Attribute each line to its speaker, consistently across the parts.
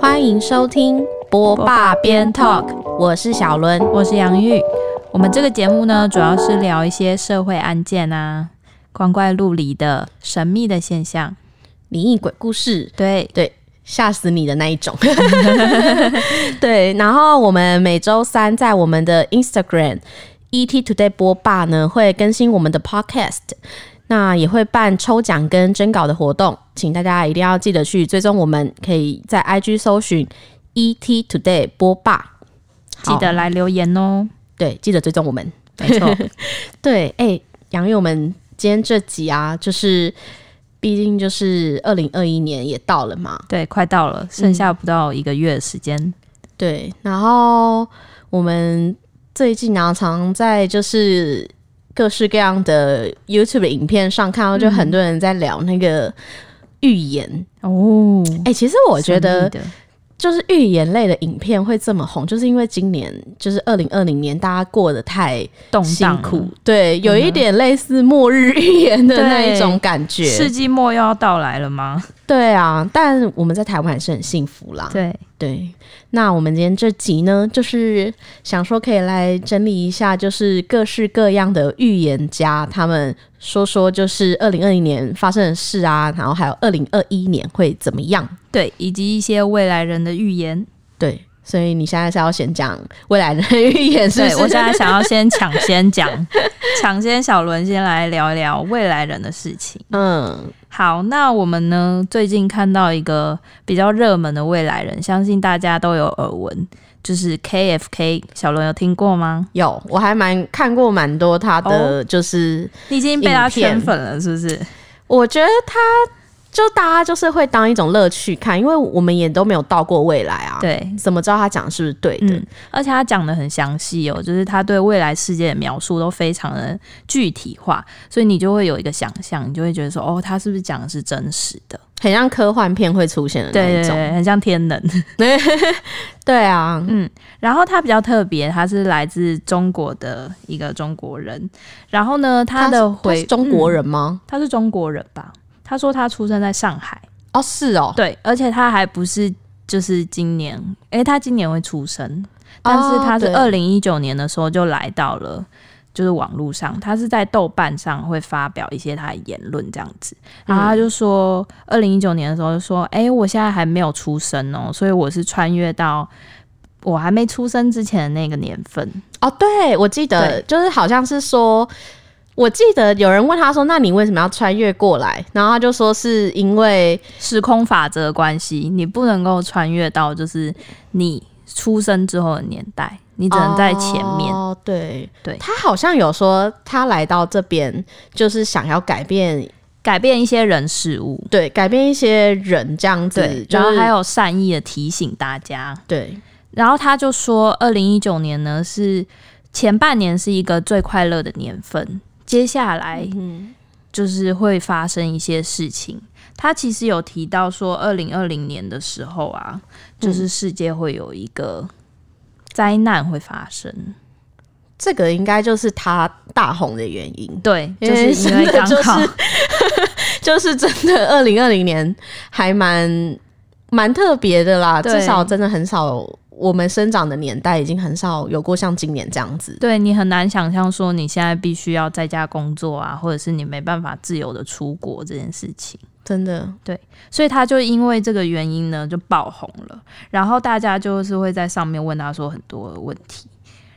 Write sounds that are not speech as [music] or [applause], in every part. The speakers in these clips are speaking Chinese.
Speaker 1: 欢迎收听波霸边 Talk，我是小伦。
Speaker 2: 我是杨玉。我们这个节目呢，主要是聊一些社会案件啊、光怪陆离的神秘的现象。
Speaker 1: 灵异鬼故事，
Speaker 2: 对，
Speaker 1: 对，吓死你的那一种。 [laughs] 对，然后我们每周三在我们的 Instagram ET Today 播霸呢会更新我们的 Podcast，那也会办抽奖跟征稿的活动，请大家一定要记得去追踪我们，可以在 IG 搜寻 ET Today 播霸，
Speaker 2: 记得
Speaker 1: 好
Speaker 2: 来留言哦。
Speaker 1: 对，记得追踪我们。
Speaker 2: 没错，
Speaker 1: 对，哎、杨佑，我们今天这集啊，就是毕竟就是二零二一年也到了嘛，
Speaker 2: [laughs] 对，快到了，剩下不到一个月的时间。
Speaker 1: 对，然后我们最近啊，常在就是各式各样的 YouTube 的影片上看到，就很多人在聊那个预言。
Speaker 2: 哦，
Speaker 1: 哎、其实我觉
Speaker 2: 神秘
Speaker 1: 得
Speaker 2: 的
Speaker 1: 就是预言类的影片会这么红，就是因为今年就是二零二零年，大家过得太
Speaker 2: 动
Speaker 1: 辛
Speaker 2: 荡了
Speaker 1: 苦，，对，有一点类似末日预言的那一种感觉。
Speaker 2: 世纪末又要到来了吗？
Speaker 1: 对啊，但我们在台湾还是很幸福啦。
Speaker 2: 对，
Speaker 1: 对，那我们今天这集呢，就是想说可以来整理一下，就是各式各样的预言家，他们说说就是二零二零年发生的事啊，然后还有二零二一年会怎么样？
Speaker 2: 对，以及一些未来人的预言。
Speaker 1: 对，所以你现在是要先讲未来的预言，是不是？
Speaker 2: 对我现在想要先抢先讲，抢先小伦先来聊一聊未来人的事情。
Speaker 1: [laughs] 嗯，
Speaker 2: 好，那我们呢最近看到一个比较热门的未来人，相信大家都有耳闻，就是 KFK。小伦有听过吗？
Speaker 1: 有，我还蛮看过蛮多他的，就是、
Speaker 2: 你已经被他
Speaker 1: 影片
Speaker 2: 圈粉了，是不是？
Speaker 1: 我觉得他。就大家就是会当一种乐趣看，因为我们也都没有到过未来啊，，
Speaker 2: 对，
Speaker 1: 怎么知道他讲的是不是对的？
Speaker 2: 嗯，而且他讲的很详细哦，就是他对未来世界的描述都非常的具体化，所以你就会有一个想象，你就会觉得说，哦，他是不是讲的是真实的？
Speaker 1: 很像科幻片会出现的那
Speaker 2: 对
Speaker 1: 一
Speaker 2: 对
Speaker 1: 种。
Speaker 2: 对，很像天能。
Speaker 1: 对啊，
Speaker 2: 然后他比较特别，他是来自中国的一个中国人。然后呢，他的
Speaker 1: 是他
Speaker 2: 回
Speaker 1: 是中国人吗？
Speaker 2: 他是中国人吧？他说他出生在上海，
Speaker 1: 哦，是哦，
Speaker 2: 嗯对，而且他还不是就是今年，诶、他今年会出生，但是他是
Speaker 1: 哦
Speaker 2: 二零一九年的时候就来到了。就是网络上，他是在豆瓣上会发表一些他的言论这样子，然后他就说，二零一九年的时候就说，诶，我现在还没有出生哦，所以我是穿越到我还没出生之前的那个年份，
Speaker 1: 对哦，对，我记得
Speaker 2: 对
Speaker 1: 就是好像是说。我记得有人问他说：“那你为什么要穿越过来？”然后他就说：“是因为
Speaker 2: 时空法则的关系，你不能够穿越到就是你出生之后的年代，你只能在前面。
Speaker 1: 哦，对
Speaker 2: 对
Speaker 1: 他好像有说他来到这边就是想要改变，
Speaker 2: 改变一些人事物。
Speaker 1: 对，改变一些人这样子
Speaker 2: 对，，
Speaker 1: 就
Speaker 2: 然后
Speaker 1: 是
Speaker 2: 还有善意的提醒大家。
Speaker 1: 对
Speaker 2: 然后他就说，二零一九年呢是前半年是一个最快乐的年份，接下来就是会发生一些事情。他其实有提到说，二零二零年的时候啊，
Speaker 1: 嗯
Speaker 2: 就是世界会有一个灾难会发生。
Speaker 1: 这个应该就是他大红的原因。
Speaker 2: 对，
Speaker 1: 因
Speaker 2: 就
Speaker 1: 为
Speaker 2: 是因为
Speaker 1: 真的
Speaker 2: 刚
Speaker 1: 就是
Speaker 2: 好，
Speaker 1: 就是真的，二零二零年还蛮蛮特别的啦，
Speaker 2: 对
Speaker 1: 至少真的很少。我们生长的年代已经很少有过像今年这样子，
Speaker 2: [laughs] 对你很难想象说你现在必须要在家工作啊，或者是你没办法自由的出国这件事情，
Speaker 1: 真的
Speaker 2: 所以他就因为这个原因呢就爆红了，然后大家就是会在上面问他说很多的问题，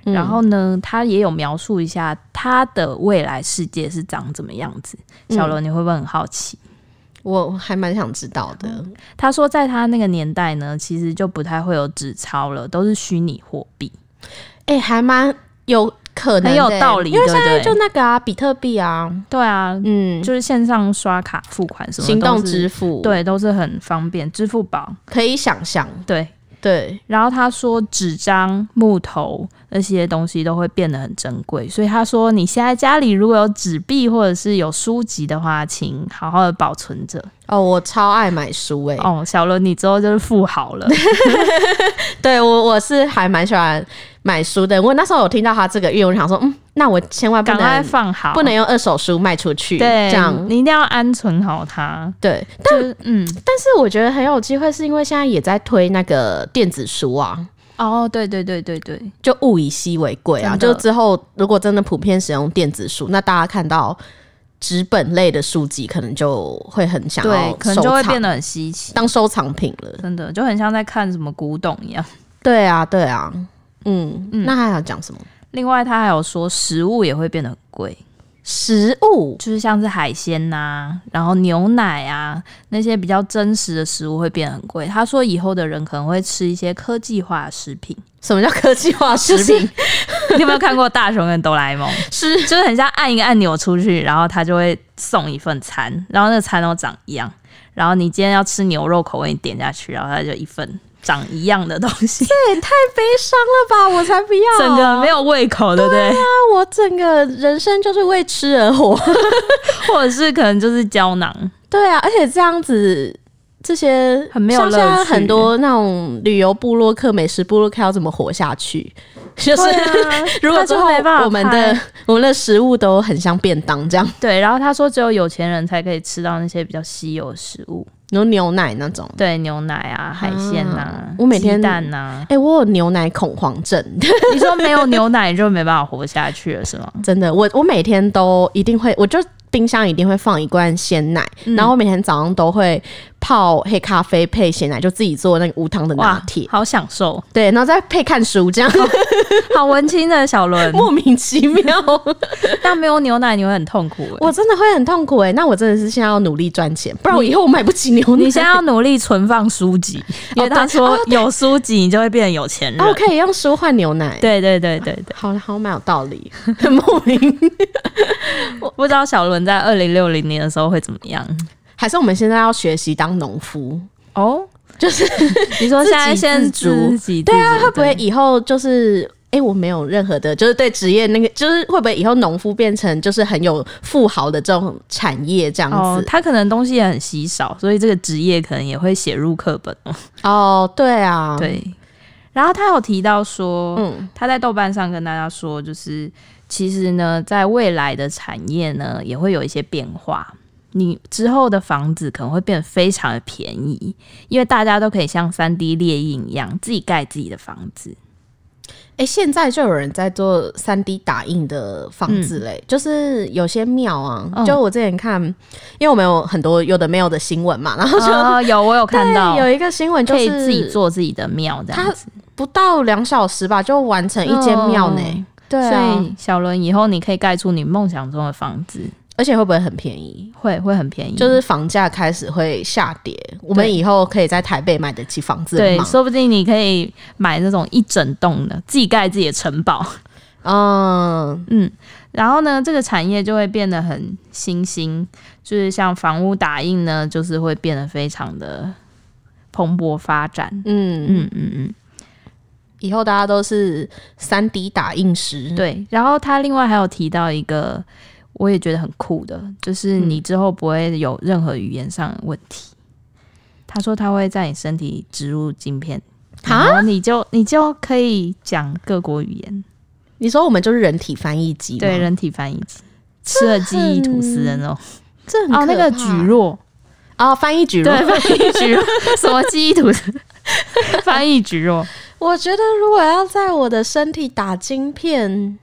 Speaker 1: 嗯
Speaker 2: 然后呢，他也有描述一下他的未来世界是长怎么样子。
Speaker 1: 嗯
Speaker 2: 小罗，你会不会很好奇？
Speaker 1: 我还蛮想知道的。
Speaker 2: 他说，在他那个年代呢，其实就不太会有纸钞了，都是虚拟货币，
Speaker 1: 哎、还蛮有可能、的
Speaker 2: 很有道理，欸
Speaker 1: 因
Speaker 2: 对
Speaker 1: 为
Speaker 2: 不
Speaker 1: 现在就
Speaker 2: 对？
Speaker 1: 那个啊，比特币啊，
Speaker 2: 对啊，
Speaker 1: 嗯，
Speaker 2: 就是线上刷卡付款什么，
Speaker 1: 行动
Speaker 2: 都是
Speaker 1: 支付，，
Speaker 2: 对都是很方便，支付宝
Speaker 1: 可以想象，
Speaker 2: 对。
Speaker 1: 对，
Speaker 2: 然后他说，纸张、木头、那些东西都会变得很珍贵。所以他说，你现在家里如果有纸币或者是有书籍的话，请好好的保存着。
Speaker 1: 哦，我超爱买书欸诶、
Speaker 2: 哦，小伦，你之后就是富豪了。
Speaker 1: 对我我是还蛮喜欢买书的。我那时候有听到他这个愿，我就想说，嗯，那我千 [laughs] 万不
Speaker 2: 赶快
Speaker 1: 能
Speaker 2: 放好，
Speaker 1: 不能用二手书卖出去，
Speaker 2: 对，
Speaker 1: 这样
Speaker 2: 你一定要安存好它。
Speaker 1: 对。
Speaker 2: 就是嗯，
Speaker 1: 但是我觉得很有机会，是因为现在也在推那个电子书啊，
Speaker 2: 哦，对对对对对，
Speaker 1: 就物以稀为贵啊。
Speaker 2: 真的
Speaker 1: 就之后如果真的普遍使用电子书，那大家看到纸本类的书籍，可能就会很想要
Speaker 2: 对，可能就
Speaker 1: 收
Speaker 2: 会
Speaker 1: 藏
Speaker 2: 变得很稀奇，
Speaker 1: 当收藏品了。
Speaker 2: 真的就很像在看什么古董一样。
Speaker 1: 对啊，对啊，嗯，那还想讲什么？
Speaker 2: 另外，他还有说食物也会变得很贵，
Speaker 1: 食物
Speaker 2: 就是像是海鲜呐、然后牛奶啊那些比较真实的食物会变得很贵。他说以后的人可能会吃一些科技化的食品。 [laughs]
Speaker 1: 什么叫科技化食品？
Speaker 2: 你有没有看过大雄跟哆啦 A 梦？ [laughs]
Speaker 1: [laughs] 是
Speaker 2: 就是很像按一个按钮出去，然后他就会送一份餐，然后那个餐都长一样。然后你今天要吃牛肉口味，你点下去，然后它就一份长一样的东西，
Speaker 1: 悲伤了吧？我才不要！
Speaker 2: 整个没有胃口，对不 [laughs] 对？
Speaker 1: 那我整个人生就是为吃而活。
Speaker 2: 或者是可能就是胶囊，
Speaker 1: 对啊，而且这样子。这些
Speaker 2: 很没有
Speaker 1: 像现在
Speaker 2: 乐趣
Speaker 1: 很多那种旅游部落客、美食部落客要怎么活下去？ [laughs] 就是、 [laughs] 如果
Speaker 2: 他
Speaker 1: 之
Speaker 2: 啊就
Speaker 1: 后
Speaker 2: 没办法
Speaker 1: 我们的
Speaker 2: 拍
Speaker 1: 我们的食物都很像便当这样，
Speaker 2: 对。然后他说，只有有钱人才可以吃到那些比较稀有的食物，
Speaker 1: 有牛奶那种。
Speaker 2: 对，牛奶啊、海鲜啊、
Speaker 1: 嗯我每天
Speaker 2: 鸡蛋啊呐、
Speaker 1: [laughs] 哎、我有牛奶恐慌症， [laughs]
Speaker 2: 你说没有牛奶你就没办法活下去了，是吗？
Speaker 1: 真的，我我每天都一定会，我就冰箱一定会放一罐鲜奶，
Speaker 2: 嗯
Speaker 1: 然后我每天早上都会泡黑咖啡配鲜奶，就自己做那个无糖的拿
Speaker 2: 哇
Speaker 1: 铁，，
Speaker 2: 好享受，
Speaker 1: 对，然后再配看书，
Speaker 2: [laughs]
Speaker 1: 这样。
Speaker 2: 好文青的小伦
Speaker 1: [laughs] 莫名其妙，
Speaker 2: 但没有牛奶你会很痛苦、欸。
Speaker 1: 我真的会很痛苦哎、那我真的是现在要努力赚钱，不然我以后我买哦不起牛奶。
Speaker 2: 你现在要努力存放书籍，
Speaker 1: [laughs]
Speaker 2: 因为他说有书籍你就会变成有钱人。
Speaker 1: 啊，我可以用书换牛奶，
Speaker 2: 对对对对对，
Speaker 1: 好好蛮有道 [laughs] 理，很莫名。
Speaker 2: 不知道小伦在二零六零年的时候会怎么样
Speaker 1: 还是我们现在要学习当农夫，
Speaker 2: 哦？
Speaker 1: 就是
Speaker 2: [laughs] 你说现在
Speaker 1: 自给自
Speaker 2: 先
Speaker 1: 足
Speaker 2: 自己
Speaker 1: 对啊，
Speaker 2: 自足
Speaker 1: 会不会以后就是？哎、我没有任何的，就是对职业那个，就是会不会以后农夫变成就是很有富豪的这种产业这样
Speaker 2: 哦，
Speaker 1: 子？
Speaker 2: 他可能东西也很稀少，所以这个职业可能也会写入课本。
Speaker 1: 哦，对啊，，
Speaker 2: [laughs] 对，然后他有提到说，
Speaker 1: 嗯，
Speaker 2: 他在豆瓣上跟大家说，就是其实呢，在未来的产业呢，也会有一些变化。你之后的房子可能会变得非常的便宜，因为大家都可以像三 D 列印一样自己盖自己的房
Speaker 1: [laughs]
Speaker 2: 子。
Speaker 1: 哎、现在就有人在做三 D 打印的房子嘞、就是有些庙啊、
Speaker 2: 嗯
Speaker 1: 就我之前看，因为我们有很多有的没有的新闻嘛，然后就、
Speaker 2: 哦，有我有 [laughs] 看到，
Speaker 1: 有一个新闻就
Speaker 2: 可以
Speaker 1: 是
Speaker 2: 自己做自己的庙这样子，
Speaker 1: 不到两小时吧，就完成一间庙呢、
Speaker 2: 嗯
Speaker 1: 对
Speaker 2: 所
Speaker 1: 啊，
Speaker 2: 以小伦以后你可以盖出你梦想中的房子，
Speaker 1: 而且会不会很便宜？
Speaker 2: 会会很便宜，
Speaker 1: 就是房价开始会下跌，我们以后可以在台北买得起房子了
Speaker 2: 对，
Speaker 1: 吗？
Speaker 2: 说不定你可以买那种一整栋的，自己盖自己的城堡。 [laughs]
Speaker 1: 嗯，
Speaker 2: 嗯，然后呢，这个产业就会变得很新兴，就是像房屋打印呢，就是会变得非常的蓬勃发展。
Speaker 1: 嗯，
Speaker 2: 嗯嗯嗯，
Speaker 1: 以后大家都是三 D 打印师，
Speaker 2: 对。然后他另外还有提到一个，我也觉得很酷的，就是
Speaker 1: 嗯
Speaker 2: 你之后不会有任何语言上的问题。他说他会在你身体植入晶片，然
Speaker 1: 哈
Speaker 2: 后你就你就可以讲各国语言，
Speaker 1: 你说我们就是人体翻译机吗？
Speaker 2: 对人体翻译机，吃了记忆吐司的那种。
Speaker 1: 这很可怕
Speaker 2: 哦，那个举弱，
Speaker 1: 啊，翻译举弱
Speaker 2: 对，。翻译橘肉， [laughs] 什么记忆图？ [laughs] 翻译橘肉，
Speaker 1: 我觉得如果要在我的身体打晶片，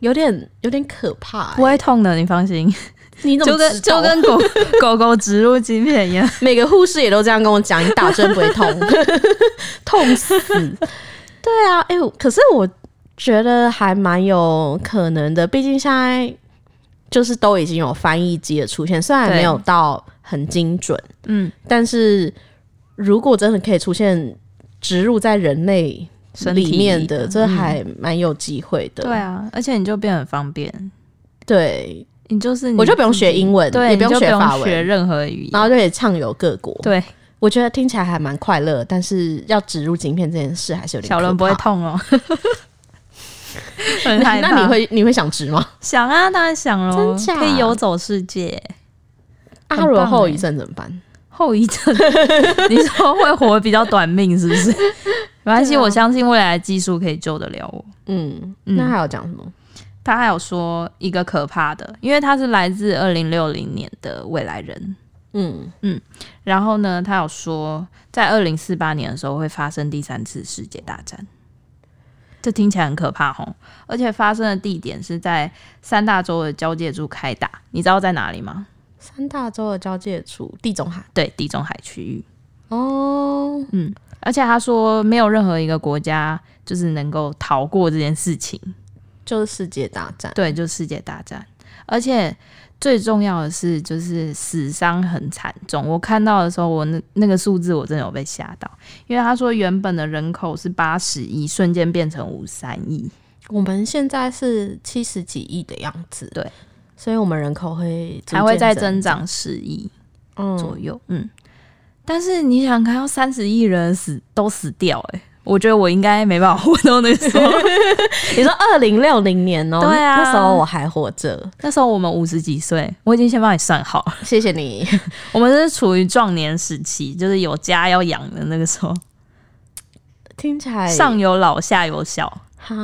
Speaker 1: 有点有点可怕、
Speaker 2: [laughs] 不
Speaker 1: 欸。
Speaker 2: 会痛的，你
Speaker 1: [laughs]
Speaker 2: 放心。
Speaker 1: 你怎
Speaker 2: 就
Speaker 1: 么
Speaker 2: 跟
Speaker 1: 知道
Speaker 2: 就跟狗狗 [laughs] 狗植入晶片一样，
Speaker 1: 每个护士也都这样跟我讲，你打针不会
Speaker 2: [laughs]
Speaker 1: 痛，痛死。对啊，哎、呦，可是我觉得还蛮有可能的，毕竟现在就是都已经有翻译机的出现，虽然
Speaker 2: 对
Speaker 1: 没有到很精准，
Speaker 2: 嗯，
Speaker 1: 但是如果真的可以出现植入在人类
Speaker 2: 身体
Speaker 1: 里面的，这
Speaker 2: 嗯
Speaker 1: 还蛮有机会的。
Speaker 2: 对啊，而且你就变得很方便，
Speaker 1: 对，
Speaker 2: 你就是你
Speaker 1: 我就不用
Speaker 2: 自己
Speaker 1: 学英文，
Speaker 2: 嗯对，
Speaker 1: 也不用
Speaker 2: 你就不
Speaker 1: 学
Speaker 2: 用
Speaker 1: 法
Speaker 2: 学
Speaker 1: 文，
Speaker 2: 任何语言，
Speaker 1: 然后就可以畅游各国。
Speaker 2: 对，
Speaker 1: 我觉得听起来还蛮快乐，但是要植入晶片这件事还是有点
Speaker 2: 小伦
Speaker 1: 可
Speaker 2: 不会
Speaker 1: 怕
Speaker 2: 痛哦。 [laughs] 很
Speaker 1: 那
Speaker 2: 害怕
Speaker 1: 那你会你会想植吗？
Speaker 2: 想啊，当然想喽，
Speaker 1: 真假
Speaker 2: 可以游走世界。
Speaker 1: 啊，
Speaker 2: 很
Speaker 1: 如果
Speaker 2: 棒
Speaker 1: 后
Speaker 2: 欸
Speaker 1: 遗症怎么办？
Speaker 2: 后遗症，你说会活得比较短命是不 [laughs] 是？没关系，
Speaker 1: 对啊
Speaker 2: 我相信未来的技术可以救得了我。
Speaker 1: 嗯，
Speaker 2: 嗯
Speaker 1: 那还有讲什么？
Speaker 2: 他还有说一个可怕的，因为他是来自二零六零年的未来人。
Speaker 1: 嗯，
Speaker 2: 然后呢，他有说在二零四八年的时候会发生第三次世界大战，这听起来很可怕吼。而且发生的地点是在三大洲的交界处开打，你知道在哪里吗？
Speaker 1: 三大洲的交界处，地中海。
Speaker 2: 对，地中海区域。
Speaker 1: 哦，
Speaker 2: 而且他说没有任何一个国家就是能够逃过这件事情。
Speaker 1: 就是世界大战。
Speaker 2: 对，就世界大战。而且最重要的是，就是死伤很惨重。我看到的时候，我那那个数字我真的有被吓到，因为他说原本的人口是八十亿，瞬间变成五三亿。
Speaker 1: 我们现在是七十几亿的样子，
Speaker 2: 对，
Speaker 1: 所以我们人口会
Speaker 2: 还会再
Speaker 1: 在
Speaker 2: 增长十亿
Speaker 1: 嗯，
Speaker 2: 左右。嗯但是你想看，要三十亿人死都死掉、欸，我觉得我应该没办法活到那个时 [laughs] 候。
Speaker 1: 你说二零六零年哦、
Speaker 2: 对啊
Speaker 1: 那时候我还活着，
Speaker 2: 那时候我们五十几岁，我已经先帮你算好了，
Speaker 1: 谢谢你。
Speaker 2: 我们是处于壮年时期，就是有家要养的那个时候，
Speaker 1: 听起来
Speaker 2: 上有老下有小。
Speaker 1: 哈，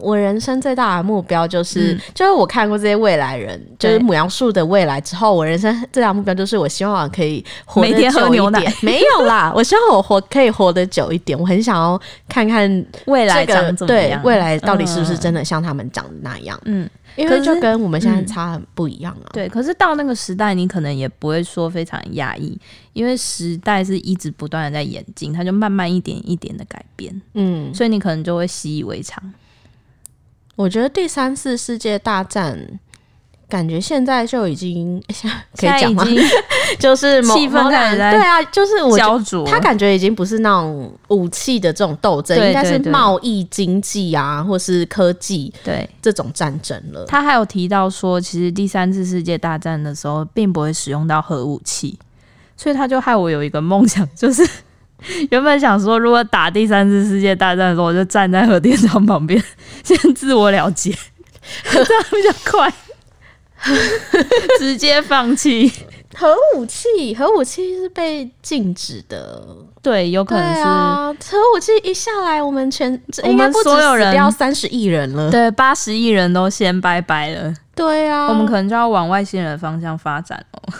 Speaker 1: 我人生最大的目标就是，就是我看过这些未来人，就是
Speaker 2: 对
Speaker 1: 母羊树的未来之后，我人生最大的目标就是，我希望我可以活得
Speaker 2: 每天喝
Speaker 1: 久一
Speaker 2: 牛奶
Speaker 1: 点 [laughs] 没有啦，我希望我活可以活得久一点，我很想要看看
Speaker 2: 未来
Speaker 1: 这
Speaker 2: 长
Speaker 1: 个
Speaker 2: 怎么
Speaker 1: 对
Speaker 2: 样？
Speaker 1: 未来到底是不是
Speaker 2: 的？
Speaker 1: 真的像他们长的那样，
Speaker 2: 嗯，
Speaker 1: 因
Speaker 2: 可
Speaker 1: 为
Speaker 2: 是
Speaker 1: 就跟我们现在差很不一样啊。
Speaker 2: 对。可是到那个时代，你可能也不会说非常压抑，因为时代是一直不断的在演进，它就慢慢一点一点的改变，
Speaker 1: 嗯，
Speaker 2: 所以你可能就会习以为常。
Speaker 1: 我觉得第三次世界大战。感觉现在就已经 [laughs] 可以讲
Speaker 2: 现
Speaker 1: 吗
Speaker 2: 在？已经
Speaker 1: [laughs] 就是某
Speaker 2: 气氛
Speaker 1: 某两
Speaker 2: 开始在
Speaker 1: 对啊，就是我觉
Speaker 2: 焦灼，
Speaker 1: 他感觉已经不是那种武器的这种斗争，
Speaker 2: 对
Speaker 1: 应该是
Speaker 2: 对对
Speaker 1: 贸易、经济啊，或是科技
Speaker 2: 对
Speaker 1: 这种战争了。
Speaker 2: 他还有提到说，其实第三次世界大战的时候，并不会使用到核武器，所以他就害我有一个梦想， [laughs] 就是原本想说，如果打第三次世界大战的时候，我就站在核电厂旁边， [laughs] 先自我了 [laughs] 结，这样比较 [laughs] 快，直接放弃。
Speaker 1: 核武器，核武器是被禁止的，
Speaker 2: 对，有可
Speaker 1: 对
Speaker 2: 能是。
Speaker 1: 啊，核武器一下来，我们全这
Speaker 2: 我
Speaker 1: 应该
Speaker 2: 们
Speaker 1: 不止
Speaker 2: 所有人
Speaker 1: 死掉三十亿人了。
Speaker 2: 对，八十亿人都先拜拜了，
Speaker 1: 对啊，
Speaker 2: 我们可能就要往外星人的方向发展哦。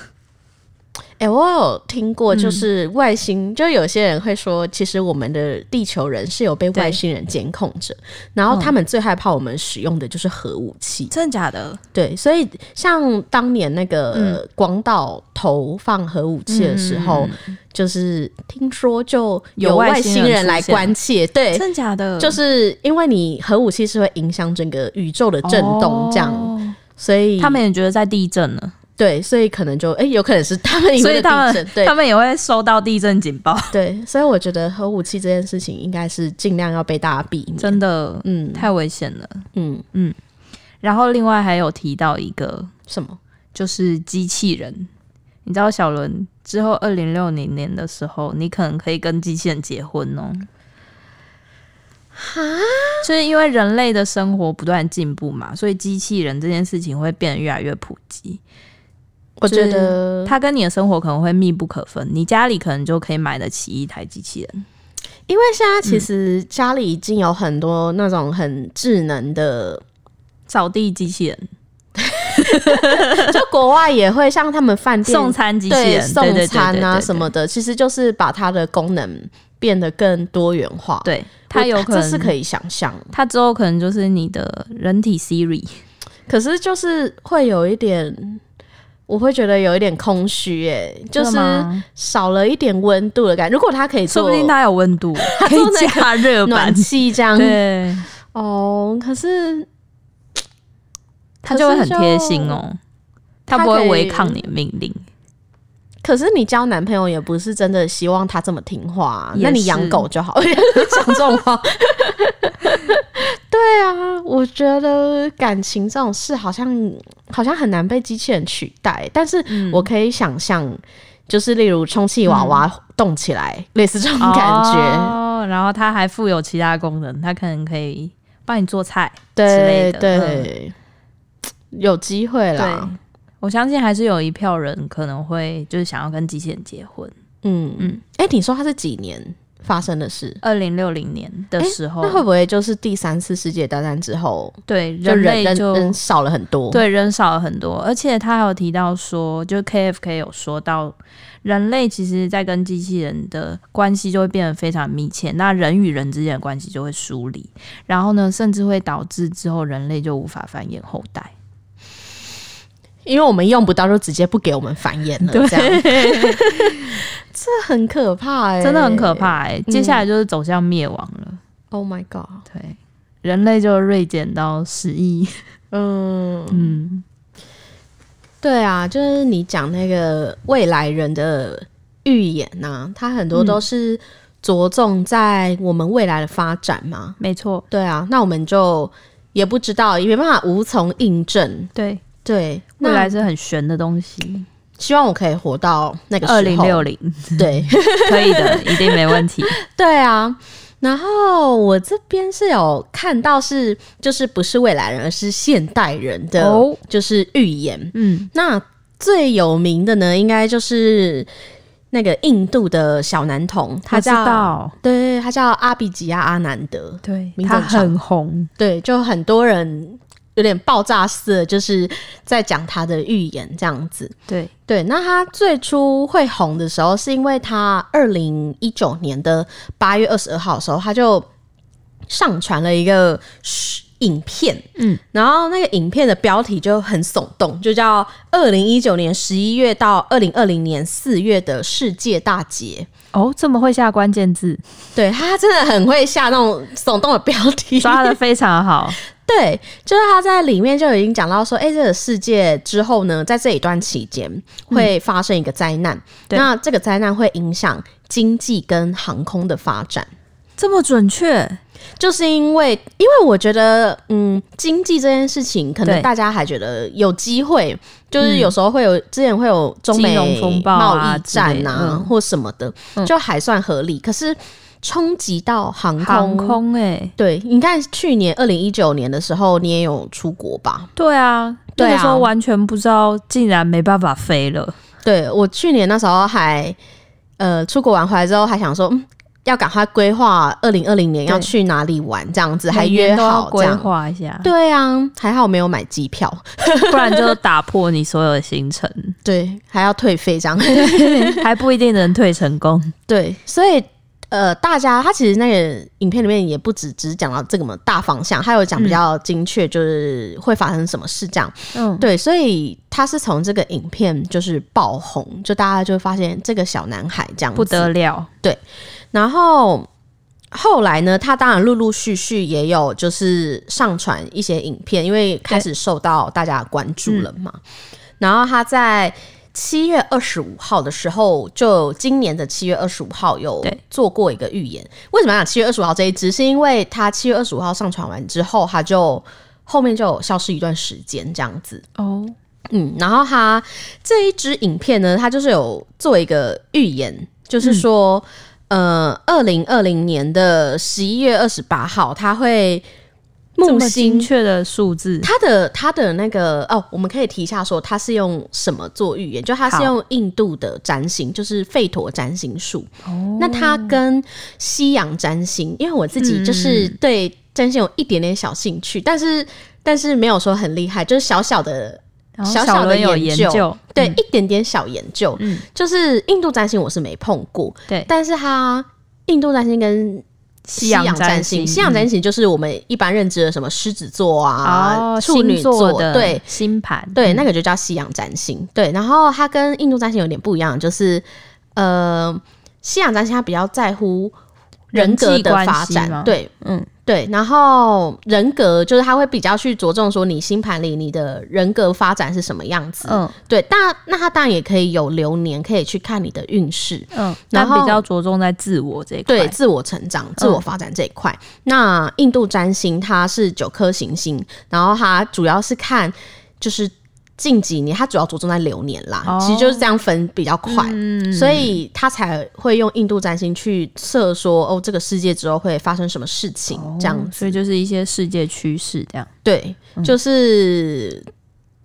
Speaker 1: 哎、我有听过，就是外星，就有些人会说，其实我们的地球人是有被
Speaker 2: 对
Speaker 1: 外星人监控着，然后他们最害怕我们使用的就是核武器。
Speaker 2: 真的假的？
Speaker 1: 对，所以像当年那个
Speaker 2: 嗯
Speaker 1: 广岛投放核武器的时候，
Speaker 2: 嗯
Speaker 1: 就是听说就
Speaker 2: 有外
Speaker 1: 外
Speaker 2: 星
Speaker 1: 星
Speaker 2: 人
Speaker 1: 人
Speaker 2: 出
Speaker 1: 来
Speaker 2: 现
Speaker 1: 关切，对，
Speaker 2: 真的假的？
Speaker 1: 就是因为你核武器是会影响整个宇宙的震动，这样，
Speaker 2: 哦
Speaker 1: 所以
Speaker 2: 他们也觉得在地震了，
Speaker 1: 对，所以可能就哎、有可能是他
Speaker 2: [laughs]
Speaker 1: 们因
Speaker 2: 所
Speaker 1: 为地
Speaker 2: 以他
Speaker 1: 震，
Speaker 2: 们
Speaker 1: 对
Speaker 2: 他们也会收到地震警报，
Speaker 1: 对，所以我觉得核武器这件事情应该是尽量要被大家避免，
Speaker 2: 真的
Speaker 1: 嗯
Speaker 2: 太危险了。
Speaker 1: 嗯，
Speaker 2: 然后另外还有提到一个
Speaker 1: 什么？
Speaker 2: 就是机器人，你知道小伦之后二零六零年的时候，你可能可以跟机器人结婚哦。就是因为人类的生活不断进步嘛，所以机器人这件事情会变得越来越普及。
Speaker 1: 我
Speaker 2: 就是
Speaker 1: 觉得
Speaker 2: 它跟你的生活可能会密不可分，你家里可能就可以买得起一台机器人。
Speaker 1: 因为现在其实家里已经有很多那种很智能的，
Speaker 2: 扫地机器人、
Speaker 1: [laughs] 就国外也会像他们饭店
Speaker 2: 送餐机器
Speaker 1: 对
Speaker 2: 人、
Speaker 1: 送
Speaker 2: 对对对
Speaker 1: 餐
Speaker 2: 对
Speaker 1: 啊
Speaker 2: 对
Speaker 1: 什么的，其实就是把它的功能变得更多元化。，
Speaker 2: 对，它有可能
Speaker 1: 这是可以想象，
Speaker 2: 它之后可能就是你的人体 Siri，
Speaker 1: 可是就是会有一点。我会觉得有一点空虚，哎，就
Speaker 2: 真
Speaker 1: 是
Speaker 2: 的吗
Speaker 1: 少了一点温度的感觉。如果它可以
Speaker 2: 说
Speaker 1: 做
Speaker 2: 不定它有温度， [laughs] 可
Speaker 1: 做那
Speaker 2: 以加热
Speaker 1: 暖
Speaker 2: 板，
Speaker 1: 气这样，
Speaker 2: [laughs] 对，
Speaker 1: 哦，可是
Speaker 2: 它就会很贴心哦，它不会违抗你的命令，
Speaker 1: 可是你交男朋友也不是真的希望他这么听话、啊，
Speaker 2: 也
Speaker 1: 那你
Speaker 2: 是
Speaker 1: 养狗就好。 [laughs] 讲这种话，对啊，我觉得感情这
Speaker 2: 嗯
Speaker 1: 种事好像好像很难被机器人取代，但是我可以想象，就是例如充气娃娃动起来，类似这种感觉。
Speaker 2: 嗯哦，然后它还附有其他功能，它可能可以帮你做菜之类
Speaker 1: 对
Speaker 2: 的。嗯
Speaker 1: 对，有机会啦。
Speaker 2: 对，我相信还是有一票人可能会就是想要跟机器人结婚。
Speaker 1: 嗯嗯
Speaker 2: 嗯。
Speaker 1: 哎、你说它是几年发生的事？
Speaker 2: 二零六零年的时候，
Speaker 1: 那会不会就是第三次世界大战之后，
Speaker 2: 对
Speaker 1: 就嗯
Speaker 2: 人
Speaker 1: 人
Speaker 2: 类
Speaker 1: 人
Speaker 2: 就
Speaker 1: 人少了很多？，
Speaker 2: 对人少了很多，而且他还有提到说，就是 KFK 有说到，人类其实在跟机器人的关系就会变得非常密切，那人与人之间的关系就会疏离，然后呢，甚至会导致之后人类就无法繁衍后代。
Speaker 1: 因为我们用不到，就直接不给我们繁衍了，这样。
Speaker 2: [laughs]
Speaker 1: [laughs] 这很可怕哎、
Speaker 2: 真的很可怕哎、
Speaker 1: 嗯
Speaker 2: 接下来就是走向灭亡了。
Speaker 1: ！Oh my god！
Speaker 2: 对，人类就锐减到十亿。
Speaker 1: 嗯，
Speaker 2: 嗯，
Speaker 1: 对啊，就是你讲那个未来人的预言呐、它很多
Speaker 2: 嗯
Speaker 1: 都是着重在我们未来的发展嘛。
Speaker 2: 没错，
Speaker 1: 对啊，那我们就也不知道，也没办法无从印证。
Speaker 2: 对，
Speaker 1: 对，
Speaker 2: 未
Speaker 1: 那
Speaker 2: 来是很玄的东西。
Speaker 1: 希望我可以活到那个时候
Speaker 2: 二零
Speaker 1: [laughs]
Speaker 2: 六零，
Speaker 1: 对
Speaker 2: 可以的，一定没问题。
Speaker 1: 对啊。然后我这边是有看到是，就是不是未来人，而是现代人的，
Speaker 2: 哦
Speaker 1: 就是预言。
Speaker 2: 嗯，
Speaker 1: 那最有名的呢，应该就是那个印度的小男童，他
Speaker 2: 他知
Speaker 1: 叫
Speaker 2: 道，
Speaker 1: 对，他叫阿比吉亚阿南德，
Speaker 2: 对
Speaker 1: 名字
Speaker 2: 他
Speaker 1: 很长
Speaker 2: 很红，
Speaker 1: 对，就很多人有点爆炸式的，就是在讲他的预言这样子。
Speaker 2: 对，
Speaker 1: 对，那他最初会红的时候，是因为他二零一九年的八月二十二号的时候，他就上传了一个影片，嗯
Speaker 2: 嗯，
Speaker 1: 然后那个影片的标题就很耸动，就叫“二零一九年十一月到二零二零年四月的世界大劫”。
Speaker 2: 哦，这么会下关键字，
Speaker 1: 对他真的很会下那种耸动的标题，
Speaker 2: 抓的非常好，
Speaker 1: 对，就是他在里面就已经讲到说，哎、这个世界之后呢，在这一段期间会发生一个灾难，
Speaker 2: 对
Speaker 1: 那这个灾难会影响经济跟航空的发展。
Speaker 2: [laughs] 这么准确，
Speaker 1: 就是因为，因为我觉得，嗯，经济这件事情，可能
Speaker 2: 对嗯
Speaker 1: 大家还觉得有机会，就是有时候会有、之前会有中美
Speaker 2: 金融风暴啊
Speaker 1: 贸易战
Speaker 2: 之类的
Speaker 1: 啊，
Speaker 2: 嗯
Speaker 1: 或什么的，
Speaker 2: 嗯
Speaker 1: 就还算合理。可是冲击到航
Speaker 2: 航
Speaker 1: 空，
Speaker 2: 空哎、
Speaker 1: 对，你看去年二零一九年的时候，你也有出国吧？
Speaker 2: 对啊，
Speaker 1: 对啊
Speaker 2: 那个时候完全不知道，竟然没办法飞了，
Speaker 1: 对我去年那时候还呃出国玩回来之后，还想说，嗯，要赶快规划二零二零年
Speaker 2: 对
Speaker 1: 要去哪里玩，这样子还
Speaker 2: 每年
Speaker 1: 约
Speaker 2: 都要
Speaker 1: 好这
Speaker 2: 规
Speaker 1: 样。
Speaker 2: 划一下，
Speaker 1: 对啊，还好没有买机票，
Speaker 2: [laughs] 不然就打破你所有的行程，
Speaker 1: 对，还要退费这样。 [laughs]
Speaker 2: [laughs] 还不一定能退成功。
Speaker 1: 对，所以呃，大家他其实那个影片里面也不只只讲到这个么大方向，他有讲比较精确，就是会发生什么事这样。
Speaker 2: 嗯，
Speaker 1: 对，所以他是从这个影片就是爆红，就大家就会发现这个小男孩这样子
Speaker 2: [laughs] 不得了，
Speaker 1: 然后后来呢，他当然陆陆续续也有就是上传一些影片，因为开始受到大家的关注了嘛。然后他在七月二十五号的时候，就今年的七月二十五号有
Speaker 2: 对
Speaker 1: 做过一个预言。为什么要讲七月二十五号这一支？是因为他七月二十五号上传完之后，他就后面就有消失一段时间这样子。
Speaker 2: 哦，
Speaker 1: 嗯，然后他这一支影片呢，他就是有做一个预言，
Speaker 2: 嗯
Speaker 1: 就是说，呃，二零二零年的十一月二十八号，他会
Speaker 2: 这
Speaker 1: 木
Speaker 2: 么精
Speaker 1: 星。
Speaker 2: 确的数字，
Speaker 1: 他的他的那个哦，我们可以提一下说，他是用什么做预言？就他是
Speaker 2: 好
Speaker 1: 用印度的占星，就是吠陀占星术。
Speaker 2: 哦，
Speaker 1: 那它跟西洋占星，因为我自己就是
Speaker 2: 嗯
Speaker 1: 对占星有一点点小兴趣，但是但是没有说很厉害，就是小小的
Speaker 2: 然后
Speaker 1: 小小
Speaker 2: 小
Speaker 1: 的
Speaker 2: 伦有
Speaker 1: 研
Speaker 2: 研
Speaker 1: 究
Speaker 2: 究，
Speaker 1: 对，
Speaker 2: 嗯
Speaker 1: 一点点小研究。
Speaker 2: 嗯
Speaker 1: 就是印度占星我是没碰过，
Speaker 2: 对
Speaker 1: 但是它印度占星跟西
Speaker 2: 洋
Speaker 1: 洋占
Speaker 2: 占
Speaker 1: 星，
Speaker 2: 星
Speaker 1: 西洋
Speaker 2: 嗯
Speaker 1: 占星就是我们一般认知的什么狮子座啊、
Speaker 2: 哦，
Speaker 1: 处女
Speaker 2: 星座的嗯
Speaker 1: 对。
Speaker 2: 星盘，
Speaker 1: 对，那个就叫西洋占星。对，然后它跟印度占星有点不一样，就是呃，西洋占星它比较在乎人格
Speaker 2: 人际
Speaker 1: 的
Speaker 2: 关
Speaker 1: 发
Speaker 2: 系
Speaker 1: 展
Speaker 2: 吗，
Speaker 1: 对，
Speaker 2: 嗯，
Speaker 1: 对，然后人格就是他会比较去着重说你星盘里你的人格发展是什么样子。
Speaker 2: 嗯
Speaker 1: 对，但那他当然也可以有流年，可以去看你的运势，
Speaker 2: 嗯，
Speaker 1: 然
Speaker 2: 那
Speaker 1: 后
Speaker 2: 比较着重在自我这一块，
Speaker 1: 对自我成长、自我
Speaker 2: 嗯
Speaker 1: 发展这一块。那印度占星它是九颗行星，然后它主要是看就是近几年它主要着重在流年啦，
Speaker 2: 哦嗯
Speaker 1: 其实就是这样分比较快，所以它才会用印度占星去测说哦这个世界之后会发生什么事情、这样
Speaker 2: 哦所以就是一些世界趋势
Speaker 1: [laughs]
Speaker 2: 这样。
Speaker 1: 对，
Speaker 2: 嗯
Speaker 1: 就是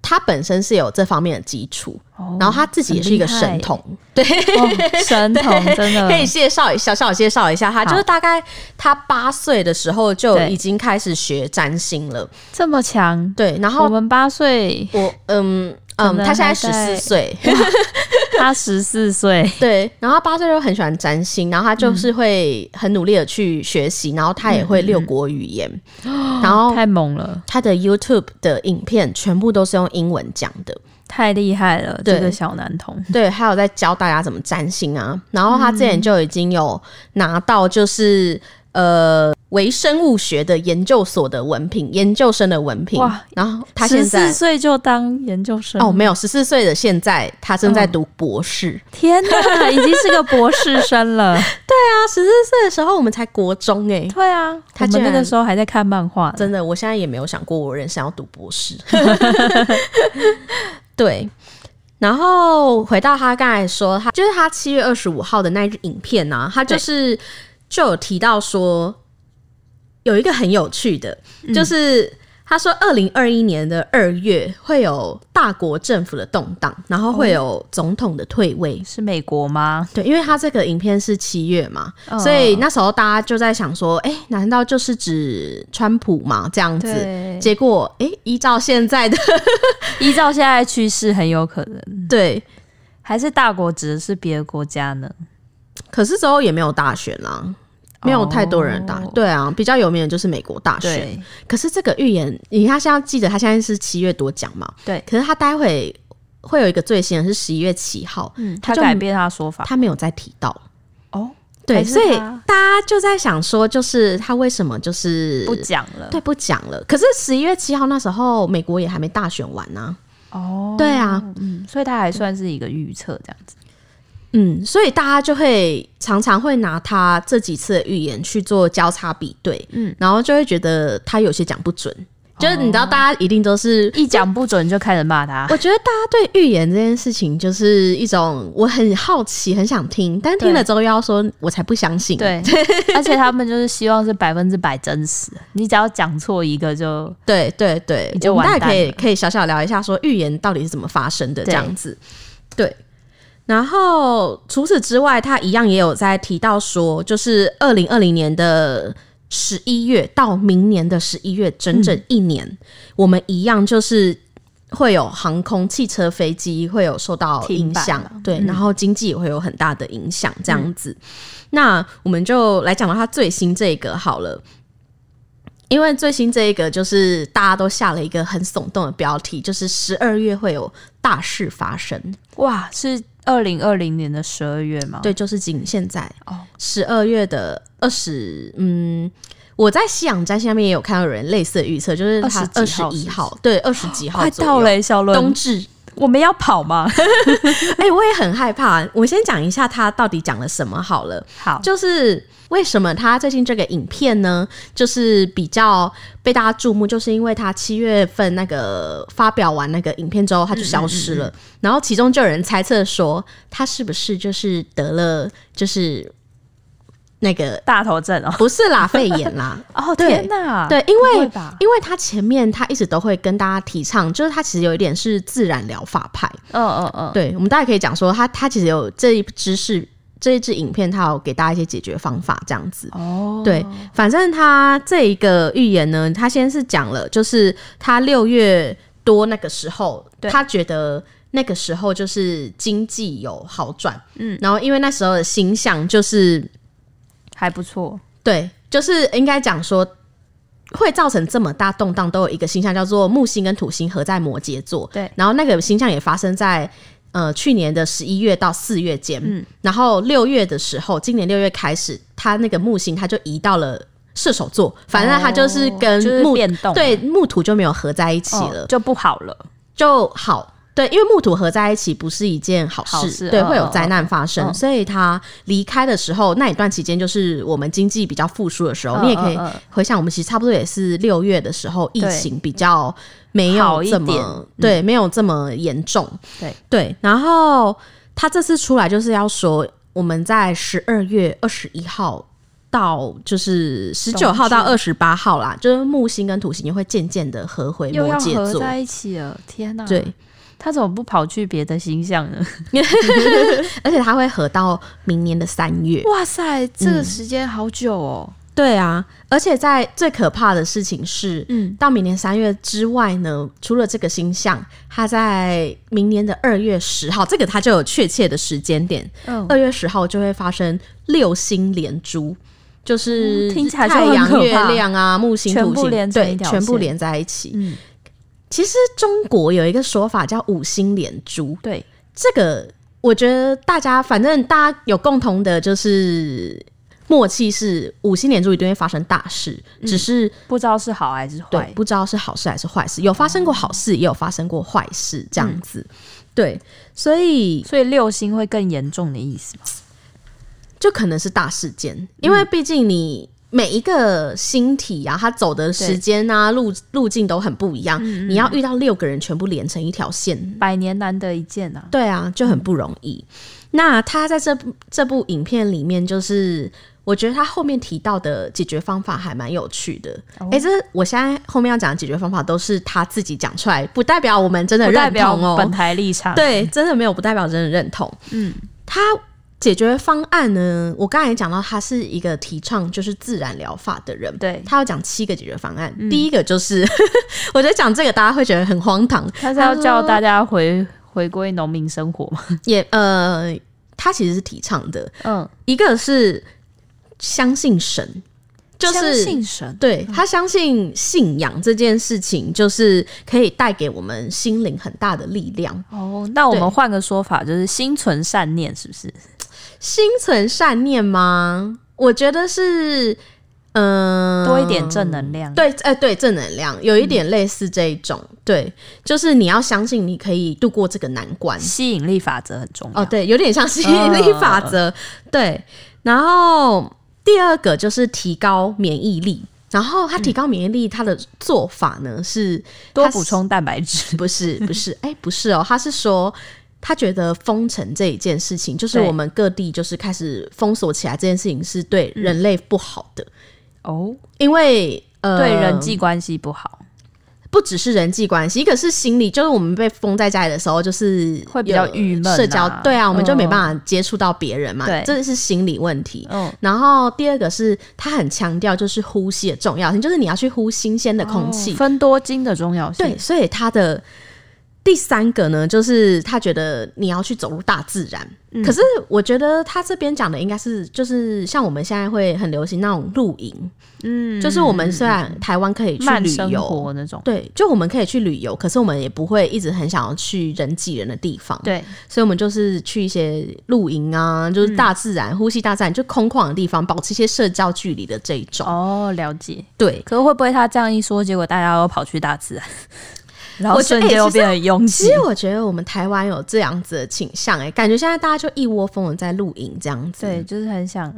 Speaker 1: 他本身是有这方面的基础，然后他自己也是一个神童，
Speaker 2: 哦、神童真
Speaker 1: [laughs]
Speaker 2: 的
Speaker 1: 可以介绍一下，小小介绍一下他，
Speaker 2: 好
Speaker 1: 就是大概他八岁的时候就
Speaker 2: 对
Speaker 1: 已经开始学占星了，
Speaker 2: 这么强。
Speaker 1: 对，然
Speaker 2: 我
Speaker 1: 后
Speaker 2: 们八岁，
Speaker 1: 我嗯嗯，
Speaker 2: 可能
Speaker 1: 他现在
Speaker 2: 还
Speaker 1: 十四
Speaker 2: 在
Speaker 1: 岁， [laughs]
Speaker 2: 他十四岁，
Speaker 1: 对，然后他八岁就很喜欢占星，然后他就是
Speaker 2: 嗯
Speaker 1: 会很努力的去学习，然后他也会六国语言，然后
Speaker 2: 太猛了，
Speaker 1: 他的 YouTube 的影片全部都是用英文讲的。
Speaker 2: 太厉害了，
Speaker 1: 对
Speaker 2: 这个小男童。
Speaker 1: [laughs] 对，还有在教大家怎么占星啊。然后他之前就已经有拿到就是、呃微生物学的研究所的文凭，研究生的文凭
Speaker 2: 哇。
Speaker 1: 然后他
Speaker 2: 十
Speaker 1: 现
Speaker 2: 四
Speaker 1: 在
Speaker 2: 岁就当研究生
Speaker 1: 哦，没有十四岁的嗯现在，他正在读博士。
Speaker 2: 天哪，已经是个博士
Speaker 1: [laughs]
Speaker 2: 生了。
Speaker 1: 他十四岁的时候，我们才国中哎、
Speaker 2: 对啊，
Speaker 1: 他
Speaker 2: 他
Speaker 1: 竟
Speaker 2: 们那
Speaker 1: 然
Speaker 2: 个时候还在看漫画呢。
Speaker 1: 真的，我现在也没有想过我人生要读博士。 [laughs] 对，然后回到他刚才说，他就是他七月二十五号的那一支影片呢、他就是就有提到说，有一个很有趣的，就是。他说，二零二一年的二月会有大国政府的动荡，然后会有总统的退位。
Speaker 2: 是美国吗？
Speaker 1: 对，因为他这个影片是七月嘛，
Speaker 2: 嗯
Speaker 1: 所以那时候大家就在想说，哎、难道就是指川普嘛这样子？
Speaker 2: 对，
Speaker 1: 结果，哎、依照现在的
Speaker 2: 依照现在的趋势，很有可能
Speaker 1: [laughs] 对，
Speaker 2: 还是大国指的是别的国家呢。
Speaker 1: 可是之后也没有大选啦，没有太多人打。
Speaker 2: 哦
Speaker 1: 对啊，比较有名的就是美国大选。
Speaker 2: 对
Speaker 1: 可是这个预言，你看现在记得他现在是七月多讲嘛？
Speaker 2: 对，
Speaker 1: 可是他待会会有一个最新的是十一月七号，
Speaker 2: 嗯，
Speaker 1: 他
Speaker 2: 他
Speaker 1: 就
Speaker 2: 改变他的说法
Speaker 1: 他没有再提到。
Speaker 2: 哦，
Speaker 1: 对，
Speaker 2: 还是
Speaker 1: 所以
Speaker 2: 他
Speaker 1: 大家就在想说，就是他为什么就是
Speaker 2: 不讲了。
Speaker 1: 对，不讲了。可是十一月七号那时候，美国也还没大选完呢、
Speaker 2: 哦，
Speaker 1: 对啊，
Speaker 2: 嗯，所以他还算是一个预测这样子。
Speaker 1: 嗯，所以大家就会常常会拿他这几次的预言去做交叉比对，嗯
Speaker 2: 嗯，
Speaker 1: 然后就会觉得他有些讲不准。就是你知道，大家一定都是。
Speaker 2: 一讲不准就开始骂
Speaker 1: [laughs]
Speaker 2: 他，
Speaker 1: 我觉得大家对预言这件事情，就是一种我很好奇、很想听，但是听了之后又要说，我才不相信。，啊
Speaker 2: 对， [laughs] 而且他们就是希望是百分之百真实，你只要讲错一个就
Speaker 1: 对对对，
Speaker 2: 你就
Speaker 1: 我们
Speaker 2: 完
Speaker 1: 大家可以
Speaker 2: 蛋了
Speaker 1: 可以小小聊一下，说预言到底是怎么发生的这
Speaker 2: 对
Speaker 1: 样子。对，然后除此之外，他一样也有在提到说，就是二零二零年的十一月到明年的十一月，整整
Speaker 2: 嗯
Speaker 1: 一年，我们一样就是。会有航空、汽车、飞机会有受到
Speaker 2: 停
Speaker 1: 影
Speaker 2: 摆
Speaker 1: 响
Speaker 2: 了，嗯
Speaker 1: 对，然后经济也会有很大的影响，这样子。那我们就来讲到它最新这个好了。因为最新这一个就是大家都下了一个很耸动的标题，就是十二月会有大事发生。
Speaker 2: 哇，是二零二零年的十二月吗？
Speaker 1: 对，就是仅现在
Speaker 2: 哦
Speaker 1: 十二月的二十，嗯，我在西洋占星上面也有看到有人类似的预测，就是他二
Speaker 2: 20
Speaker 1: 十
Speaker 2: 几号是
Speaker 1: 一
Speaker 2: 不是
Speaker 1: 号，对，二十几号
Speaker 2: 快
Speaker 1: 左
Speaker 2: 到
Speaker 1: 右
Speaker 2: 了、。欸，小
Speaker 1: 冬
Speaker 2: 伦，
Speaker 1: 至，
Speaker 2: 我们要跑吗？
Speaker 1: [laughs] 哎、我也很害怕。我先讲一下他到底讲了什么好了。
Speaker 2: [laughs] 好，
Speaker 1: 就是为什么他最近这个影片呢，就是比较被大家注目，就是因为他七月份那个发表完那个影片之后，他就消失了。然后其中就有人猜测说，他是不是就是得了就是那个
Speaker 2: 大头阵哦，
Speaker 1: 不是啦，肺炎啦。
Speaker 2: 哦
Speaker 1: 对
Speaker 2: 天哪，
Speaker 1: 对，因
Speaker 2: 不
Speaker 1: 为
Speaker 2: 会吧
Speaker 1: 因为他前面他一直都会跟大家提倡，就是他其实有一点是自然疗法派，
Speaker 2: 嗯嗯嗯，
Speaker 1: 对，我们大家可以讲说，他他其实有这一支是这一支影片，他有给大家一些解决方法这样子。
Speaker 2: 哦，
Speaker 1: 对，反正他这一个预言呢，他先是讲了，就是他六月多那个时候，
Speaker 2: 对
Speaker 1: 他觉得那个时候就是经济有好转，嗯，然后因为那时候的星象就是
Speaker 2: 还不错，
Speaker 1: 对，就是应该讲说。会造成这么大动荡，都有一个星象叫做木星跟土星合在摩羯座，
Speaker 2: 对，
Speaker 1: 然后那个星象也发生在呃去年的十一月到四月间，
Speaker 2: 嗯
Speaker 1: 然后六月的时候，今年六月开始，它那个木星它就移到了射手座，反正它就是
Speaker 2: 哦就
Speaker 1: 跟
Speaker 2: 是
Speaker 1: 木、
Speaker 2: 变动了
Speaker 1: 对木土就没有合在一起
Speaker 2: 哦
Speaker 1: 了，
Speaker 2: 就不好了，
Speaker 1: 就好。对，因为木土合在一起不是一件好事，
Speaker 2: 好事
Speaker 1: 对，
Speaker 2: 哦
Speaker 1: 会有灾难发生，
Speaker 2: 哦
Speaker 1: 所以他离开的时候，那一段期间就是我们经济比较复苏的时候，你也可以
Speaker 2: 嗯嗯嗯
Speaker 1: 回想，我们其实差不多也是六月的时候，疫
Speaker 2: 对
Speaker 1: 情比较没有
Speaker 2: 好一
Speaker 1: 这
Speaker 2: 点
Speaker 1: 么
Speaker 2: 嗯
Speaker 1: 对，没有这么严重，
Speaker 2: 对
Speaker 1: 对。然后他这次出来就是要说，我们在十二月二十一号。到就是十九号到二十八号啦，就是木星跟土星也会渐渐的合回摩
Speaker 2: 又要
Speaker 1: 羯
Speaker 2: 合
Speaker 1: 座，
Speaker 2: 在一起了，天哪、
Speaker 1: 对，，
Speaker 2: 他怎么不跑去别的星象呢？ [laughs]
Speaker 1: 而且它会合到明年的三月。
Speaker 2: 哇塞，这个时间好久哦。
Speaker 1: 对啊，而且在最可怕的事情是，
Speaker 2: 嗯，
Speaker 1: 到明年三月之外呢，除了这个星象，它在明年的二月十号，这个它就有确切的时间点，
Speaker 2: 嗯，
Speaker 1: 二月十号就会发生六星连珠。就是
Speaker 2: 嗯听起来就
Speaker 1: 太
Speaker 2: 很
Speaker 1: 阳、
Speaker 2: 可怕
Speaker 1: 月亮啊、木星、
Speaker 2: 全部
Speaker 1: 土星，
Speaker 2: 连成
Speaker 1: 对
Speaker 2: 一，条
Speaker 1: 全部
Speaker 2: 线
Speaker 1: 连在一起。
Speaker 2: 嗯，
Speaker 1: 其实中国有一个说法叫五星连珠，
Speaker 2: 对，
Speaker 1: 这个我觉得大家反正大家有共同的就是默契是五星连珠一定会发生大事，只是
Speaker 2: 不知道是好还是
Speaker 1: 对
Speaker 2: 坏。
Speaker 1: 不知道是好事还是坏事，有发生过好事，也有发生过坏事，这样子。对，所以
Speaker 2: 所以六星会更严重的意思吗？
Speaker 1: 就可能是大事件，因为毕竟你。每一个星体啊，它走的时间啊、路路径都很不一样。你要遇到六个人全部连成一条线，
Speaker 2: 百年难得一见啊！
Speaker 1: 对啊，就很不容易。那他在这部这部影片里面，就是我觉得他后面提到的解决方法还蛮有趣的。
Speaker 2: 哦
Speaker 1: 哎、这我现在后面要讲的解决方法都是他自己讲出来，不代表我们真的
Speaker 2: 不代
Speaker 1: 认
Speaker 2: 表
Speaker 1: 同哦、
Speaker 2: 本台立场。，
Speaker 1: 对，真的没有不代表真的认同。
Speaker 2: 嗯，
Speaker 1: 他解决方案呢，我刚才也讲到，他是一个提倡就是自然疗法的人。
Speaker 2: 对嗯
Speaker 1: 他要讲七个解决方案，第一个就是 [laughs] 我觉得讲这个大家会觉得很荒唐，
Speaker 2: 他是要叫大家回回归农民生活吗？
Speaker 1: 也呃，他其实是提倡的，
Speaker 2: 嗯，
Speaker 1: 一个是相信神，就
Speaker 2: 相
Speaker 1: 是
Speaker 2: 信神。
Speaker 1: 对他相信信仰这件事情，就是可以带给我们心灵很大的力量。
Speaker 2: 哦，那我
Speaker 1: 对
Speaker 2: 们换个说法，就是心存善念，是不是？
Speaker 1: 心存善念吗？我觉得是，嗯、
Speaker 2: 多一点正能量。，
Speaker 1: 对，哎、对，正能量有一点类似这一种，对，就是你要相信你可以度过这个难关。
Speaker 2: 吸引力法则很重要。
Speaker 1: 哦，对，有点像吸
Speaker 2: 嗯
Speaker 1: 引力法则，对。然后第二个就是提高免疫力，然后他提高免疫力，他的做法呢是
Speaker 2: 多
Speaker 1: 他是
Speaker 2: 补充蛋白质。
Speaker 1: 不
Speaker 2: [laughs]
Speaker 1: 是不是，哎、不是哦，他是说。他觉得封城这一件事情，就是
Speaker 2: 对
Speaker 1: 我们各地就是开始封锁起来，这件事情是对人类不好的，
Speaker 2: 哦，
Speaker 1: 因为呃，
Speaker 2: 对人际关系不好，
Speaker 1: 不只是人际关系，一个是心理，就是我们被封在家里的时候，就是
Speaker 2: 会比较
Speaker 1: 有
Speaker 2: 郁闷啊
Speaker 1: 社交对啊，我们就
Speaker 2: 嗯
Speaker 1: 没办法接触到别人嘛，
Speaker 2: 对
Speaker 1: 这是心理问题。
Speaker 2: 嗯，
Speaker 1: 然后第二个是他很强调就是呼吸的重要性，就是你要去呼新鲜的空气。
Speaker 2: 哦分多精的重要性。
Speaker 1: 对，，所以他的第三个呢，就是他觉得你要去走入大自然。
Speaker 2: 嗯
Speaker 1: 可是我觉得他这边讲的应该是就是像我们现在会很流行那种露营，
Speaker 2: 嗯，
Speaker 1: 就是我们虽然台湾可以去
Speaker 2: 慢
Speaker 1: 旅
Speaker 2: 生
Speaker 1: 游。
Speaker 2: 活那种。
Speaker 1: 对，就我们可以去旅游，可是我们也不会一直很想要去人挤人的地方。
Speaker 2: 对，
Speaker 1: 所以我们就是去一些露营啊，就是大自然、呼吸大自然，就空旷的地方，保持一些社交距离的这一种。
Speaker 2: 哦，了解。
Speaker 1: 对，
Speaker 2: 可是会不会他这样一说，结果大家都跑去大自然， [laughs] 然后
Speaker 1: 我觉
Speaker 2: 瞬
Speaker 1: 得欸
Speaker 2: 间
Speaker 1: 其
Speaker 2: 又
Speaker 1: 实
Speaker 2: 变得拥
Speaker 1: 其
Speaker 2: 挤？
Speaker 1: 实我觉得我们台湾有这样子的倾向、哎，感觉现在大家就一窝蜂的在露营这样子。
Speaker 2: 对，就是很想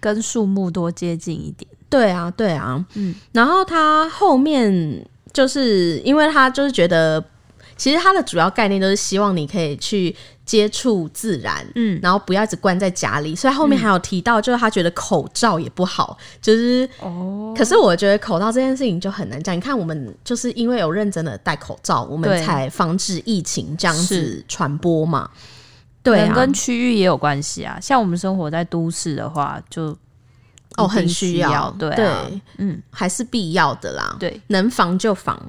Speaker 2: 跟树木多接近一点。
Speaker 1: 对啊，对啊，
Speaker 2: 嗯
Speaker 1: 然后他后面就是因为他就是觉得，其实他的主要概念就是希望你可以去接触自然，
Speaker 2: 嗯，
Speaker 1: 然后不要一直关在家里。所以他后面还有提到，就是他觉得口罩也不好，就是
Speaker 2: 哦，
Speaker 1: 可是我觉得口罩这件事情就很难讲。你看，我们就是因为有认真的戴口罩，我们
Speaker 2: 对
Speaker 1: 才防止疫情这样子
Speaker 2: 是
Speaker 1: 传播嘛。对
Speaker 2: 人
Speaker 1: 啊，
Speaker 2: 跟区域也有关系啊。像我们生活在都市的话，就
Speaker 1: 哦，
Speaker 2: 一定
Speaker 1: 很
Speaker 2: 需
Speaker 1: 要，
Speaker 2: 对啊
Speaker 1: 对
Speaker 2: 嗯，
Speaker 1: 还是必要的啦。
Speaker 2: 对，
Speaker 1: 能防就防。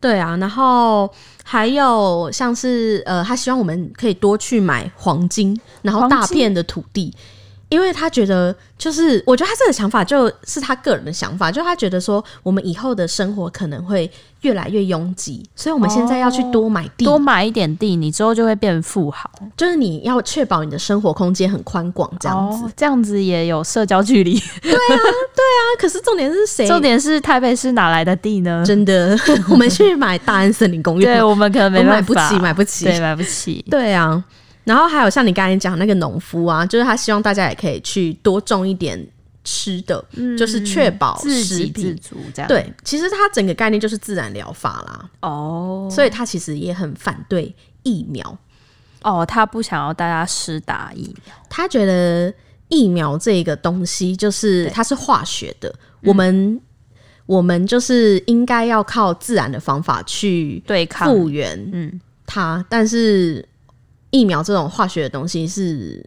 Speaker 1: 对啊，然后还有像是呃，他希望我们可以多去买黄金，然后
Speaker 2: 黄金
Speaker 1: 大片的土地，因为他觉得就是，我觉得他这个想法就是他个人的想法，就他觉得说我们以后的生活可能会越来越拥挤，所以我们现在要去多买地，
Speaker 2: 多买一点地，哦你之后就会变富豪。
Speaker 1: 就是你要确保你的生活空间很宽广这样子。
Speaker 2: 哦，这样子也有社交距离。
Speaker 1: 那、啊可是重点是谁？
Speaker 2: 重点是台北市哪来的地呢？
Speaker 1: 真的， [laughs] 我们去买大安森林公园，
Speaker 2: 对我们可能没
Speaker 1: 我买
Speaker 2: 办
Speaker 1: 不
Speaker 2: 法，
Speaker 1: 起，买不起。
Speaker 2: 对，买不起。
Speaker 1: 对啊，然后还有像你刚才讲那个农夫啊，就是他希望大家也可以去多种一点吃的，就是确保
Speaker 2: 嗯自
Speaker 1: 食
Speaker 2: 给自
Speaker 1: 品。
Speaker 2: 足这样。，
Speaker 1: 对，其实它整个概念就是自然疗法啦，
Speaker 2: 哦
Speaker 1: 所以他其实也很反对疫苗，
Speaker 2: 哦，他不想要大家施打疫苗。
Speaker 1: 他觉得疫苗这个东西就是它是化学的，
Speaker 2: 嗯
Speaker 1: 我们、我们就是应该要靠自然的方法去
Speaker 2: 对抗，
Speaker 1: 复原，
Speaker 2: 嗯，
Speaker 1: 它，但是疫苗这种化学的东西是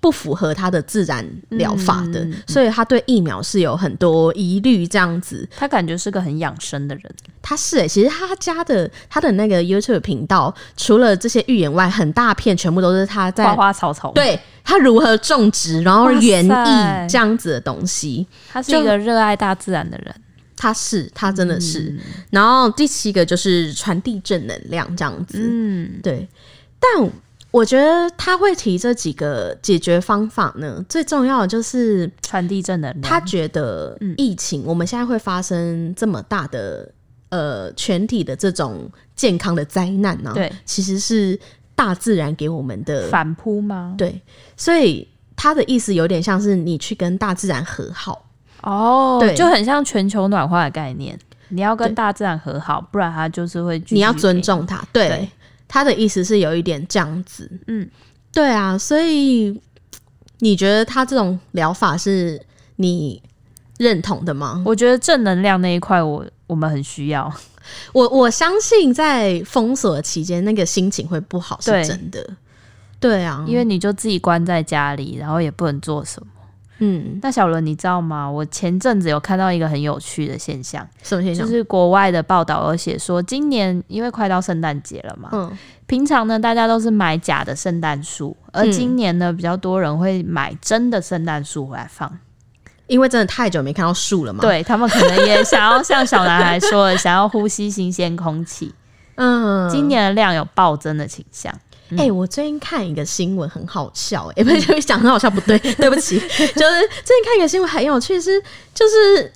Speaker 1: 不符合它的自然疗法的，
Speaker 2: 嗯
Speaker 1: 所以他对疫苗是有很多疑虑。这样子，
Speaker 2: 他感觉是个很养生的人。
Speaker 1: 他是、欸、其实他家的他的那个 YouTube 频道，除了这些预言外，很大片全部都是他在
Speaker 2: 花花草草，，
Speaker 1: 对他如何种植，然后
Speaker 2: 哇塞
Speaker 1: 园艺这样子的东西。
Speaker 2: 他是一个热爱大自然的人。
Speaker 1: 他是，他真的
Speaker 2: 嗯
Speaker 1: 是。然后第七个就是传递正能量这样子。
Speaker 2: 嗯，
Speaker 1: 对，但我觉得他会提这几个解决方法呢，最重要的就是
Speaker 2: 传递正能量。
Speaker 1: 他觉得
Speaker 2: 嗯
Speaker 1: 疫情我们现在会发生这么大的呃全体的这种健康的灾难呢、
Speaker 2: 对
Speaker 1: 其实是大自然给我们的
Speaker 2: 反扑吗？
Speaker 1: 对，所以他的意思有点像是你去跟大自然和好。
Speaker 2: 哦，
Speaker 1: 对
Speaker 2: 就很像全球暖化的概念。你要跟
Speaker 1: 对
Speaker 2: 大自然和好，不然它就是会继续
Speaker 1: 你要尊重他。对，
Speaker 2: 对
Speaker 1: 他的意思是有一点这样子。
Speaker 2: 嗯，
Speaker 1: 对啊，所以你觉得他这种疗法是你认同的吗
Speaker 2: 给。？我觉得正能量那一块，我我们很需要。
Speaker 1: 我我相信在封锁的期间，那个心情会不好是
Speaker 2: 对
Speaker 1: 真的。对啊，
Speaker 2: 因为你就自己关在家里，然后也不能做什么。
Speaker 1: 嗯，
Speaker 2: 那小伦，你知道吗？我前阵子有看到一个很有趣的现象，
Speaker 1: 什么现
Speaker 2: 就
Speaker 1: 象？
Speaker 2: 是国外的报道有写说，今年因为快到圣诞节了嘛，
Speaker 1: 嗯，
Speaker 2: 平常呢大家都是买假的圣诞树，而
Speaker 1: 嗯
Speaker 2: 今年呢、比较多人会买真的圣诞树回来放。
Speaker 1: 嗯因为真的太久没看到树了嘛。，
Speaker 2: 对他们可能也想要像小男孩说的， [laughs] 想要呼吸新鲜空气。
Speaker 1: 嗯，
Speaker 2: 今年的量有暴增的倾向。
Speaker 1: 哎、我最近看一个新闻很好笑、欸，哎、不
Speaker 2: 嗯
Speaker 1: 是 [laughs] 讲很好笑不对，对不
Speaker 2: [laughs]
Speaker 1: 起，就是最近看一个新闻很有趣是，就是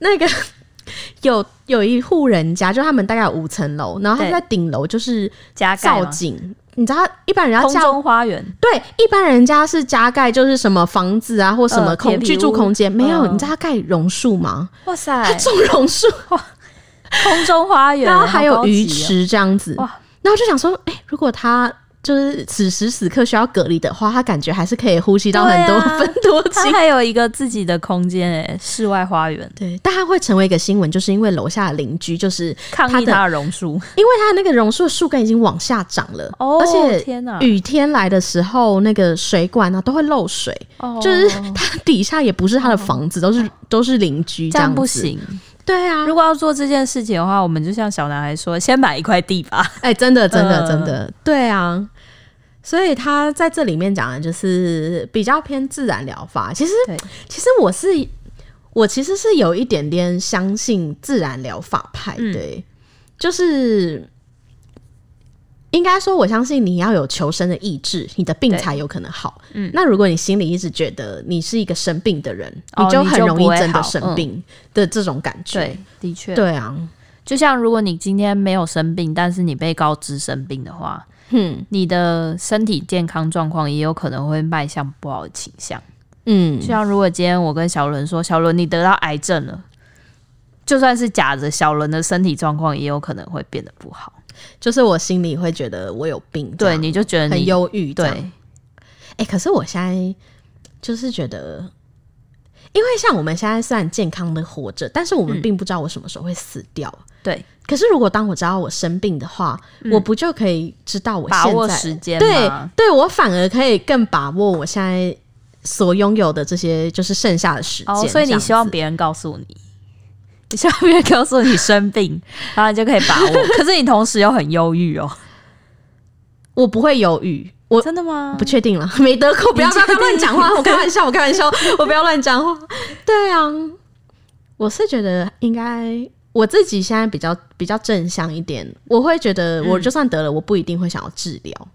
Speaker 1: 那个 [laughs] 有有一户人家，就他们大概有五层楼，然后他们在
Speaker 2: 对
Speaker 1: 顶楼就是
Speaker 2: 加
Speaker 1: 造
Speaker 2: 盖吗
Speaker 1: 景，你知道一般人要
Speaker 2: 空
Speaker 1: 架
Speaker 2: 中花园，
Speaker 1: 对，一般人家是加盖就是什么房子啊或什么
Speaker 2: 呃
Speaker 1: 空、
Speaker 2: 铁皮
Speaker 1: 居住
Speaker 2: 屋
Speaker 1: 空间，没有，
Speaker 2: 嗯
Speaker 1: 你知道他盖榕树吗？他
Speaker 2: 哇塞，
Speaker 1: 种榕树，
Speaker 2: 空中花园，
Speaker 1: 然后还
Speaker 2: 好
Speaker 1: 有
Speaker 2: 高级
Speaker 1: 鱼
Speaker 2: 哦，
Speaker 1: 池这样子。
Speaker 2: 哇
Speaker 1: 然后就想说，哎、如果他就是此时此刻需要隔离的话，他感觉还是可以呼吸到很多 [laughs]
Speaker 2: 对啊
Speaker 1: 芬多
Speaker 2: 它
Speaker 1: 精。
Speaker 2: 还有一个自己的空间，哎，室外花园，
Speaker 1: 对，但他会成为一个新闻，就是因为楼下的邻居，就是
Speaker 2: 抗
Speaker 1: 它
Speaker 2: 议
Speaker 1: 的
Speaker 2: 它的榕树。
Speaker 1: 因为他那个榕树树根已经往下长了，
Speaker 2: 哦，
Speaker 1: 而且
Speaker 2: 天哪，
Speaker 1: 雨天来的时候，那个水管啊都会漏水，
Speaker 2: 哦
Speaker 1: 就是它底下也不是他的房子，都是都是邻居
Speaker 2: 这
Speaker 1: 样
Speaker 2: 样
Speaker 1: 子
Speaker 2: 不。行。
Speaker 1: 对啊，
Speaker 2: 如果要做这件事情的话，我们就像小男孩说，先买一块地吧。
Speaker 1: 哎、真的，真的，
Speaker 2: 嗯
Speaker 1: 真的，对啊。所以他在这里面讲的就是比较偏自然疗法。其实
Speaker 2: 对，
Speaker 1: 其实我是我其实是有一点点相信自然疗法派的、
Speaker 2: 嗯
Speaker 1: 对就是应该说，我相信你要有求生的意志，你的病
Speaker 2: 对
Speaker 1: 才有可能好。
Speaker 2: 嗯
Speaker 1: 那如果你心里一直觉得你是一个生病的人，
Speaker 2: 哦
Speaker 1: 你就
Speaker 2: 你
Speaker 1: 很
Speaker 2: 就
Speaker 1: 容
Speaker 2: 不
Speaker 1: 易
Speaker 2: 会
Speaker 1: 真的
Speaker 2: 好
Speaker 1: 生
Speaker 2: 嗯
Speaker 1: 病的这种感觉。
Speaker 2: 对，的
Speaker 1: [laughs]
Speaker 2: 确，
Speaker 1: 对啊，
Speaker 2: 就像如果你今天没有生病，但是你被告知生病的话，
Speaker 1: 嗯
Speaker 2: 你的身体健康状况也有可能会迈向不好的倾向。
Speaker 1: 嗯
Speaker 2: 就，像如果今天我跟小伦说，小伦你得到癌症了，就算是假的，小伦的身体状况也有可能会变得不好。
Speaker 1: 就是我心里会觉得我有病这样，
Speaker 2: 对，你就觉得
Speaker 1: 很
Speaker 2: 你
Speaker 1: 忧郁这样。
Speaker 2: 对
Speaker 1: 哎、可是我现在就是觉得，因为像我们现在虽然健康的活着，但是我
Speaker 2: 嗯
Speaker 1: 们并不知道我什么时候会死掉。
Speaker 2: 对，
Speaker 1: 可是如果当我知道我生病的话，我不就可以知道我
Speaker 2: 嗯把
Speaker 1: 现
Speaker 2: 握
Speaker 1: 在
Speaker 2: 时间
Speaker 1: 对
Speaker 2: 嘛，
Speaker 1: 对，我反而可以更把握我现在所拥有的这些，就是剩下的时间、
Speaker 2: 哦，所以
Speaker 1: 这
Speaker 2: 你
Speaker 1: 样
Speaker 2: 希望
Speaker 1: 子
Speaker 2: 别人告诉你，你 [laughs] 希望别人
Speaker 1: [laughs]
Speaker 2: 告 [laughs] 诉你生病，然后你就可以把握。可是你同时又很忧郁哦，
Speaker 1: 我不会犹豫。我
Speaker 2: 真的吗？
Speaker 1: 不确定了， [laughs] 没得过，不要不要不要乱讲话，我开玩笑，我开玩笑，我不要乱讲话。 [laughs] 对啊，我是觉得应该我自己现在比较比较正向一点，我会觉得我就算得了，我不一定会想要治疗。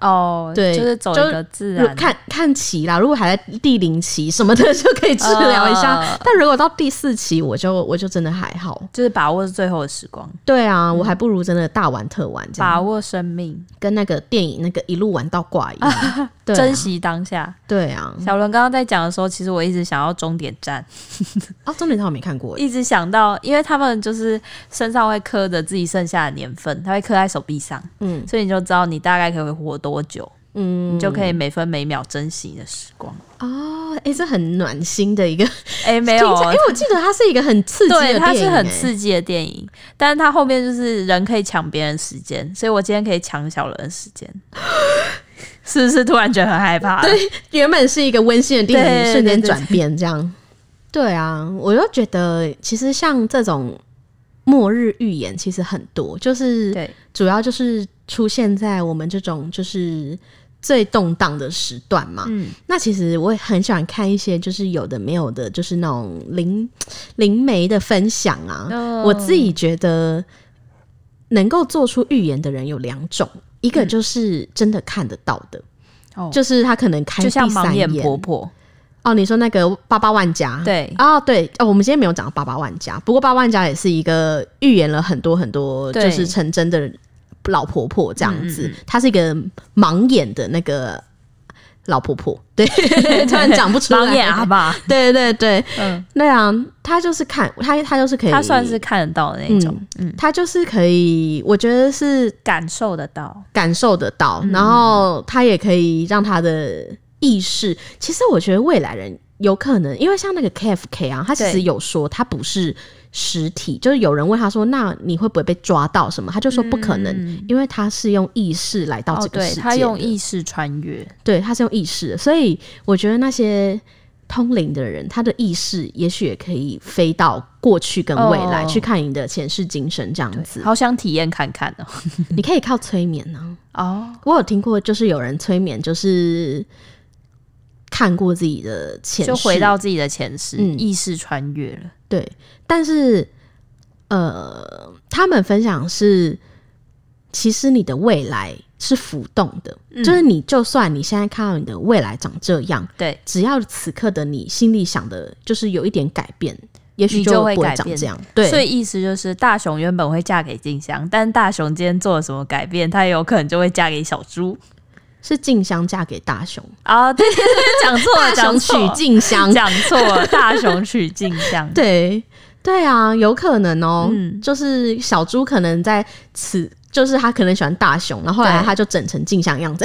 Speaker 2: 哦，
Speaker 1: 对
Speaker 2: 就是走
Speaker 1: 就
Speaker 2: 一个自
Speaker 1: 如
Speaker 2: 然。
Speaker 1: 看看期啦，如果还在第零期什么的，就可以治疗一 [laughs] 下。
Speaker 2: 呃
Speaker 1: 但如果到第四期，我就我就真的还好。
Speaker 2: 就是把握最后的时光，
Speaker 1: 对啊，我还不如真的大玩特玩，这样
Speaker 2: 把握生命，
Speaker 1: 跟那个电影那个一路玩到挂一 [laughs] 样。对啊
Speaker 2: 珍惜当下。
Speaker 1: 对啊，
Speaker 2: 小伦刚刚在讲的时候，其实我一直想要终点站，
Speaker 1: 哦，终点站我没看过耶，
Speaker 2: 一直想到，因为他们就是身上会刻着自己剩下的年份，他会刻在手臂上，
Speaker 1: 嗯
Speaker 2: 所以你就知道你大概可以活多久，
Speaker 1: 嗯
Speaker 2: 你就可以每分每秒珍惜你的时光。
Speaker 1: 哦，哎、这很暖心的一个， [laughs]
Speaker 2: 哎、没有
Speaker 1: 听起来
Speaker 2: 哦
Speaker 1: 因，为我记得它是一个很刺激的电
Speaker 2: 对，
Speaker 1: 影，哎欸
Speaker 2: 它是很
Speaker 1: 诶
Speaker 2: 刺激的电影，但是它后面就是人可以抢别人时间，所以我今天可以抢小伦的时间， [laughs] 是不是突然觉得很害怕？对，
Speaker 1: 原本是一个温馨的电影，
Speaker 2: 对
Speaker 1: 瞬间
Speaker 2: 对对
Speaker 1: 转变这样。对啊，我就觉得其实像这种末日预言其实很多，就是
Speaker 2: 对
Speaker 1: 主要就是出现在我们这种就是最动荡的时段嘛。
Speaker 2: 嗯
Speaker 1: 那其实我也很喜欢看一些就是有的没有的，就是那种灵灵媒的分享啊。
Speaker 2: 哦
Speaker 1: 我自己觉得能够做出预言的人有两种，一个就是真的看得到的，
Speaker 2: 嗯哦
Speaker 1: 就是他可能开第
Speaker 2: 就像盲
Speaker 1: 三眼
Speaker 2: 婆婆，
Speaker 1: 哦，你说那个八八万家，
Speaker 2: 对
Speaker 1: 哦，对哦，我们今天没有讲到八八万家，不过八万家也是一个预言了很多很多，
Speaker 2: 对
Speaker 1: 就是成真的老婆婆这样子，
Speaker 2: 嗯嗯
Speaker 1: 她是一个盲眼的那个老婆婆，
Speaker 2: [laughs]
Speaker 1: 对，突然讲不出来，
Speaker 2: 盲眼阿爸，
Speaker 1: 对对对，
Speaker 2: 嗯，
Speaker 1: 对啊，她就是看她，她就是可以，
Speaker 2: 她算是看得到的那种，嗯，
Speaker 1: 她就是可以，我觉得是
Speaker 2: 感受得到，
Speaker 1: 感受得到，
Speaker 2: 嗯
Speaker 1: 然后他也可以让他的意识。其实我觉得未来人有可能，因为像那个 KFK 啊，他其实
Speaker 2: 对
Speaker 1: 有说他不是实体，就是有人问他说：“那你会不会被抓到什么？”他就说不可能，因为他是用意识来到
Speaker 2: 嗯哦，
Speaker 1: 这个
Speaker 2: 对
Speaker 1: 世界的、
Speaker 2: 她用意识穿越，
Speaker 1: 对，他是用意识的，所以我觉得那些。通灵的人，他的意识也许也可以飞到过去跟未来，
Speaker 2: 哦
Speaker 1: 去看你的前世今生这样子。
Speaker 2: 好想体验看看哦，
Speaker 1: 你可以靠催眠呢、
Speaker 2: 哦，
Speaker 1: 我有听过，就是有人催眠，就是看过自己的前世，
Speaker 2: 就回到自己的前世，
Speaker 1: 嗯
Speaker 2: 意识穿越了，
Speaker 1: 对，但是呃，他们分享是，其实你的未来是浮动的，
Speaker 2: 嗯
Speaker 1: 就是你就算你现在看到你的未来长这样，
Speaker 2: 对，
Speaker 1: 只要此刻的你心里想的，就是有一点改变，也许
Speaker 2: 你就会
Speaker 1: 不会
Speaker 2: 改
Speaker 1: 长
Speaker 2: 变
Speaker 1: 这样。对，
Speaker 2: 所以意思就是，大雄原本会嫁给静香，但大雄今天做了什么改变，他有可能就会嫁给小猪。
Speaker 1: 是静香嫁给大雄，
Speaker 2: 啊、 [laughs] 对对对，讲错 [laughs] 了，
Speaker 1: 大
Speaker 2: 哦讲
Speaker 1: 雄
Speaker 2: 错
Speaker 1: 娶
Speaker 2: 了，
Speaker 1: 静香，
Speaker 2: 讲错了，大雄娶静香。 [laughs]
Speaker 1: 对对啊，有可能哦、
Speaker 2: 嗯
Speaker 1: 就是小猪可能在此，就是他可能喜欢大熊，然后后来
Speaker 2: 对
Speaker 1: 他就整成镜像样子，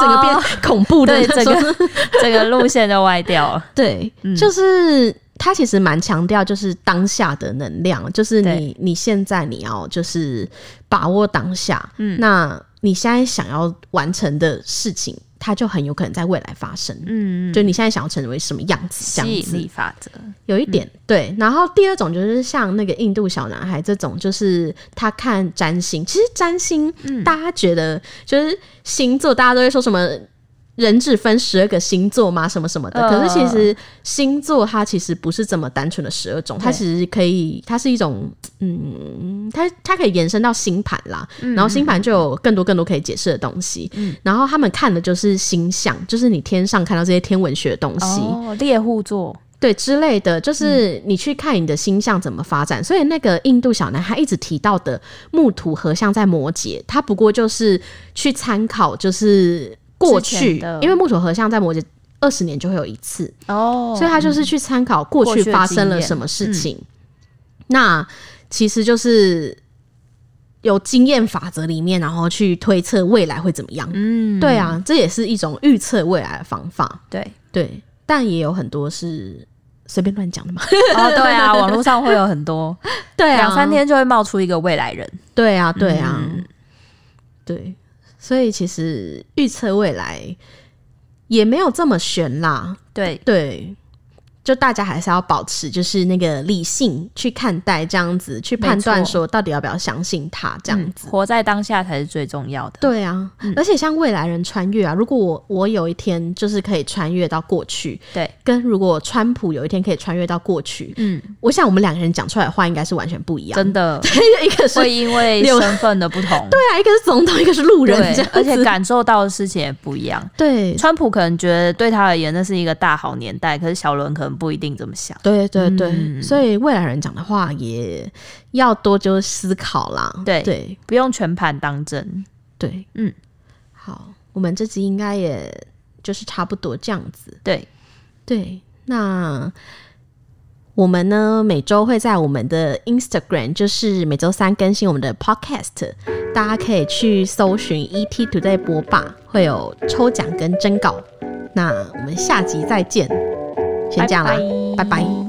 Speaker 1: [laughs] 整个变恐怖的
Speaker 2: 对
Speaker 1: 那
Speaker 2: 整
Speaker 1: 种。 [laughs]
Speaker 2: 个整个路线都歪掉 [laughs] 了。
Speaker 1: 对，
Speaker 2: 嗯
Speaker 1: 就是他其实蛮强调就是当下的能量，就是你你现在你要就是把握当下，嗯，那你现在想要完成的事情，它就很有可能在未来发生。
Speaker 2: 嗯，
Speaker 1: 就你现在想要成为什么样子，
Speaker 2: 吸
Speaker 1: 这样
Speaker 2: 引
Speaker 1: 子
Speaker 2: 力法则。
Speaker 1: 有一
Speaker 2: 嗯
Speaker 1: 点、对，然后第二种就是像那个印度小男孩这种，就是他看占星。其实占星，
Speaker 2: 嗯
Speaker 1: 大家觉得就是星座，大家都会说什么人只分十二个星座嘛，什么什么的。
Speaker 2: 呃
Speaker 1: 可是其实星座它其实不是这么单纯的十二种，它
Speaker 2: 对
Speaker 1: 其实可以，它是一种嗯，它它可以延伸到星盘啦。
Speaker 2: 嗯
Speaker 1: 然后星盘就有更多更多可以解释的东西。然后他们看的就是星象，就是你天上看到这些天文学的东西。
Speaker 2: 哦，猎户座。
Speaker 1: 对之类的，就是
Speaker 2: 嗯
Speaker 1: 你去看你的星象怎么发展。所以那个印度小男孩一直提到的木土合相在摩羯，他不过就是去参考，就是过
Speaker 2: 之前
Speaker 1: 去
Speaker 2: 的，
Speaker 1: 因为木土合相在摩羯二十年就会有一次，
Speaker 2: 哦
Speaker 1: 所以他就是去参考过
Speaker 2: 过
Speaker 1: 去
Speaker 2: 去的
Speaker 1: 发生了
Speaker 2: 经验嗯
Speaker 1: 什么事情。那其实就是有经验法则里面，然后去推测未来会怎么样。
Speaker 2: 嗯，
Speaker 1: 对啊，这也是一种预测未来的方法。
Speaker 2: 对。
Speaker 1: 对，但也有很多是随便乱
Speaker 2: [laughs]
Speaker 1: 讲的嘛。
Speaker 2: 哦，对啊，网络上会有很多，
Speaker 1: 对
Speaker 2: 两三，天就会冒出一个未来人。
Speaker 1: 对啊，对啊，
Speaker 2: 嗯
Speaker 1: 对，所以其实预测未来也没有这么悬啦。
Speaker 2: 对，
Speaker 1: 对，就大家还是要保持就是那个理性去看待这样子，去判断
Speaker 2: 没错嗯
Speaker 1: 说到底要不要相信他这样子。
Speaker 2: 活在当下才是最重要的。
Speaker 1: 对啊，
Speaker 2: 嗯
Speaker 1: 而且像未来人穿越啊，如果我我有一天就是可以穿越到过去，
Speaker 2: 对，
Speaker 1: 跟如果川普有一天可以穿越到过去，
Speaker 2: 嗯，
Speaker 1: 我想我们两个人讲出来的话应该是完全不一样。
Speaker 2: 真的
Speaker 1: [laughs] 一个是
Speaker 2: [laughs] 会因为
Speaker 1: 六
Speaker 2: 身份的不同，
Speaker 1: 对啊，一个是总统，一个是路 [laughs] 人，这
Speaker 2: 对
Speaker 1: 样，
Speaker 2: 而且
Speaker 1: 子
Speaker 2: 感受到的事情也不一样。
Speaker 1: 对
Speaker 2: 川普可能觉得对他而言那是一个大好年代，可是小伦可能不一定这么想。
Speaker 1: 对对对，
Speaker 2: 嗯
Speaker 1: 所以未来人讲的话也要多就思考啦。
Speaker 2: 对
Speaker 1: 对
Speaker 2: 不用全盘当真。
Speaker 1: 对，
Speaker 2: 嗯，
Speaker 1: 好，我们这集应该也就是差不多这样子。
Speaker 2: 对，
Speaker 1: 对，那我们呢每周会在我们的 Instagram，就是每周三更新我们的 Podcast，大家可以去搜寻 ET Today 播吧，会有抽奖跟征稿。那我们下集再见，先这样啦，拜拜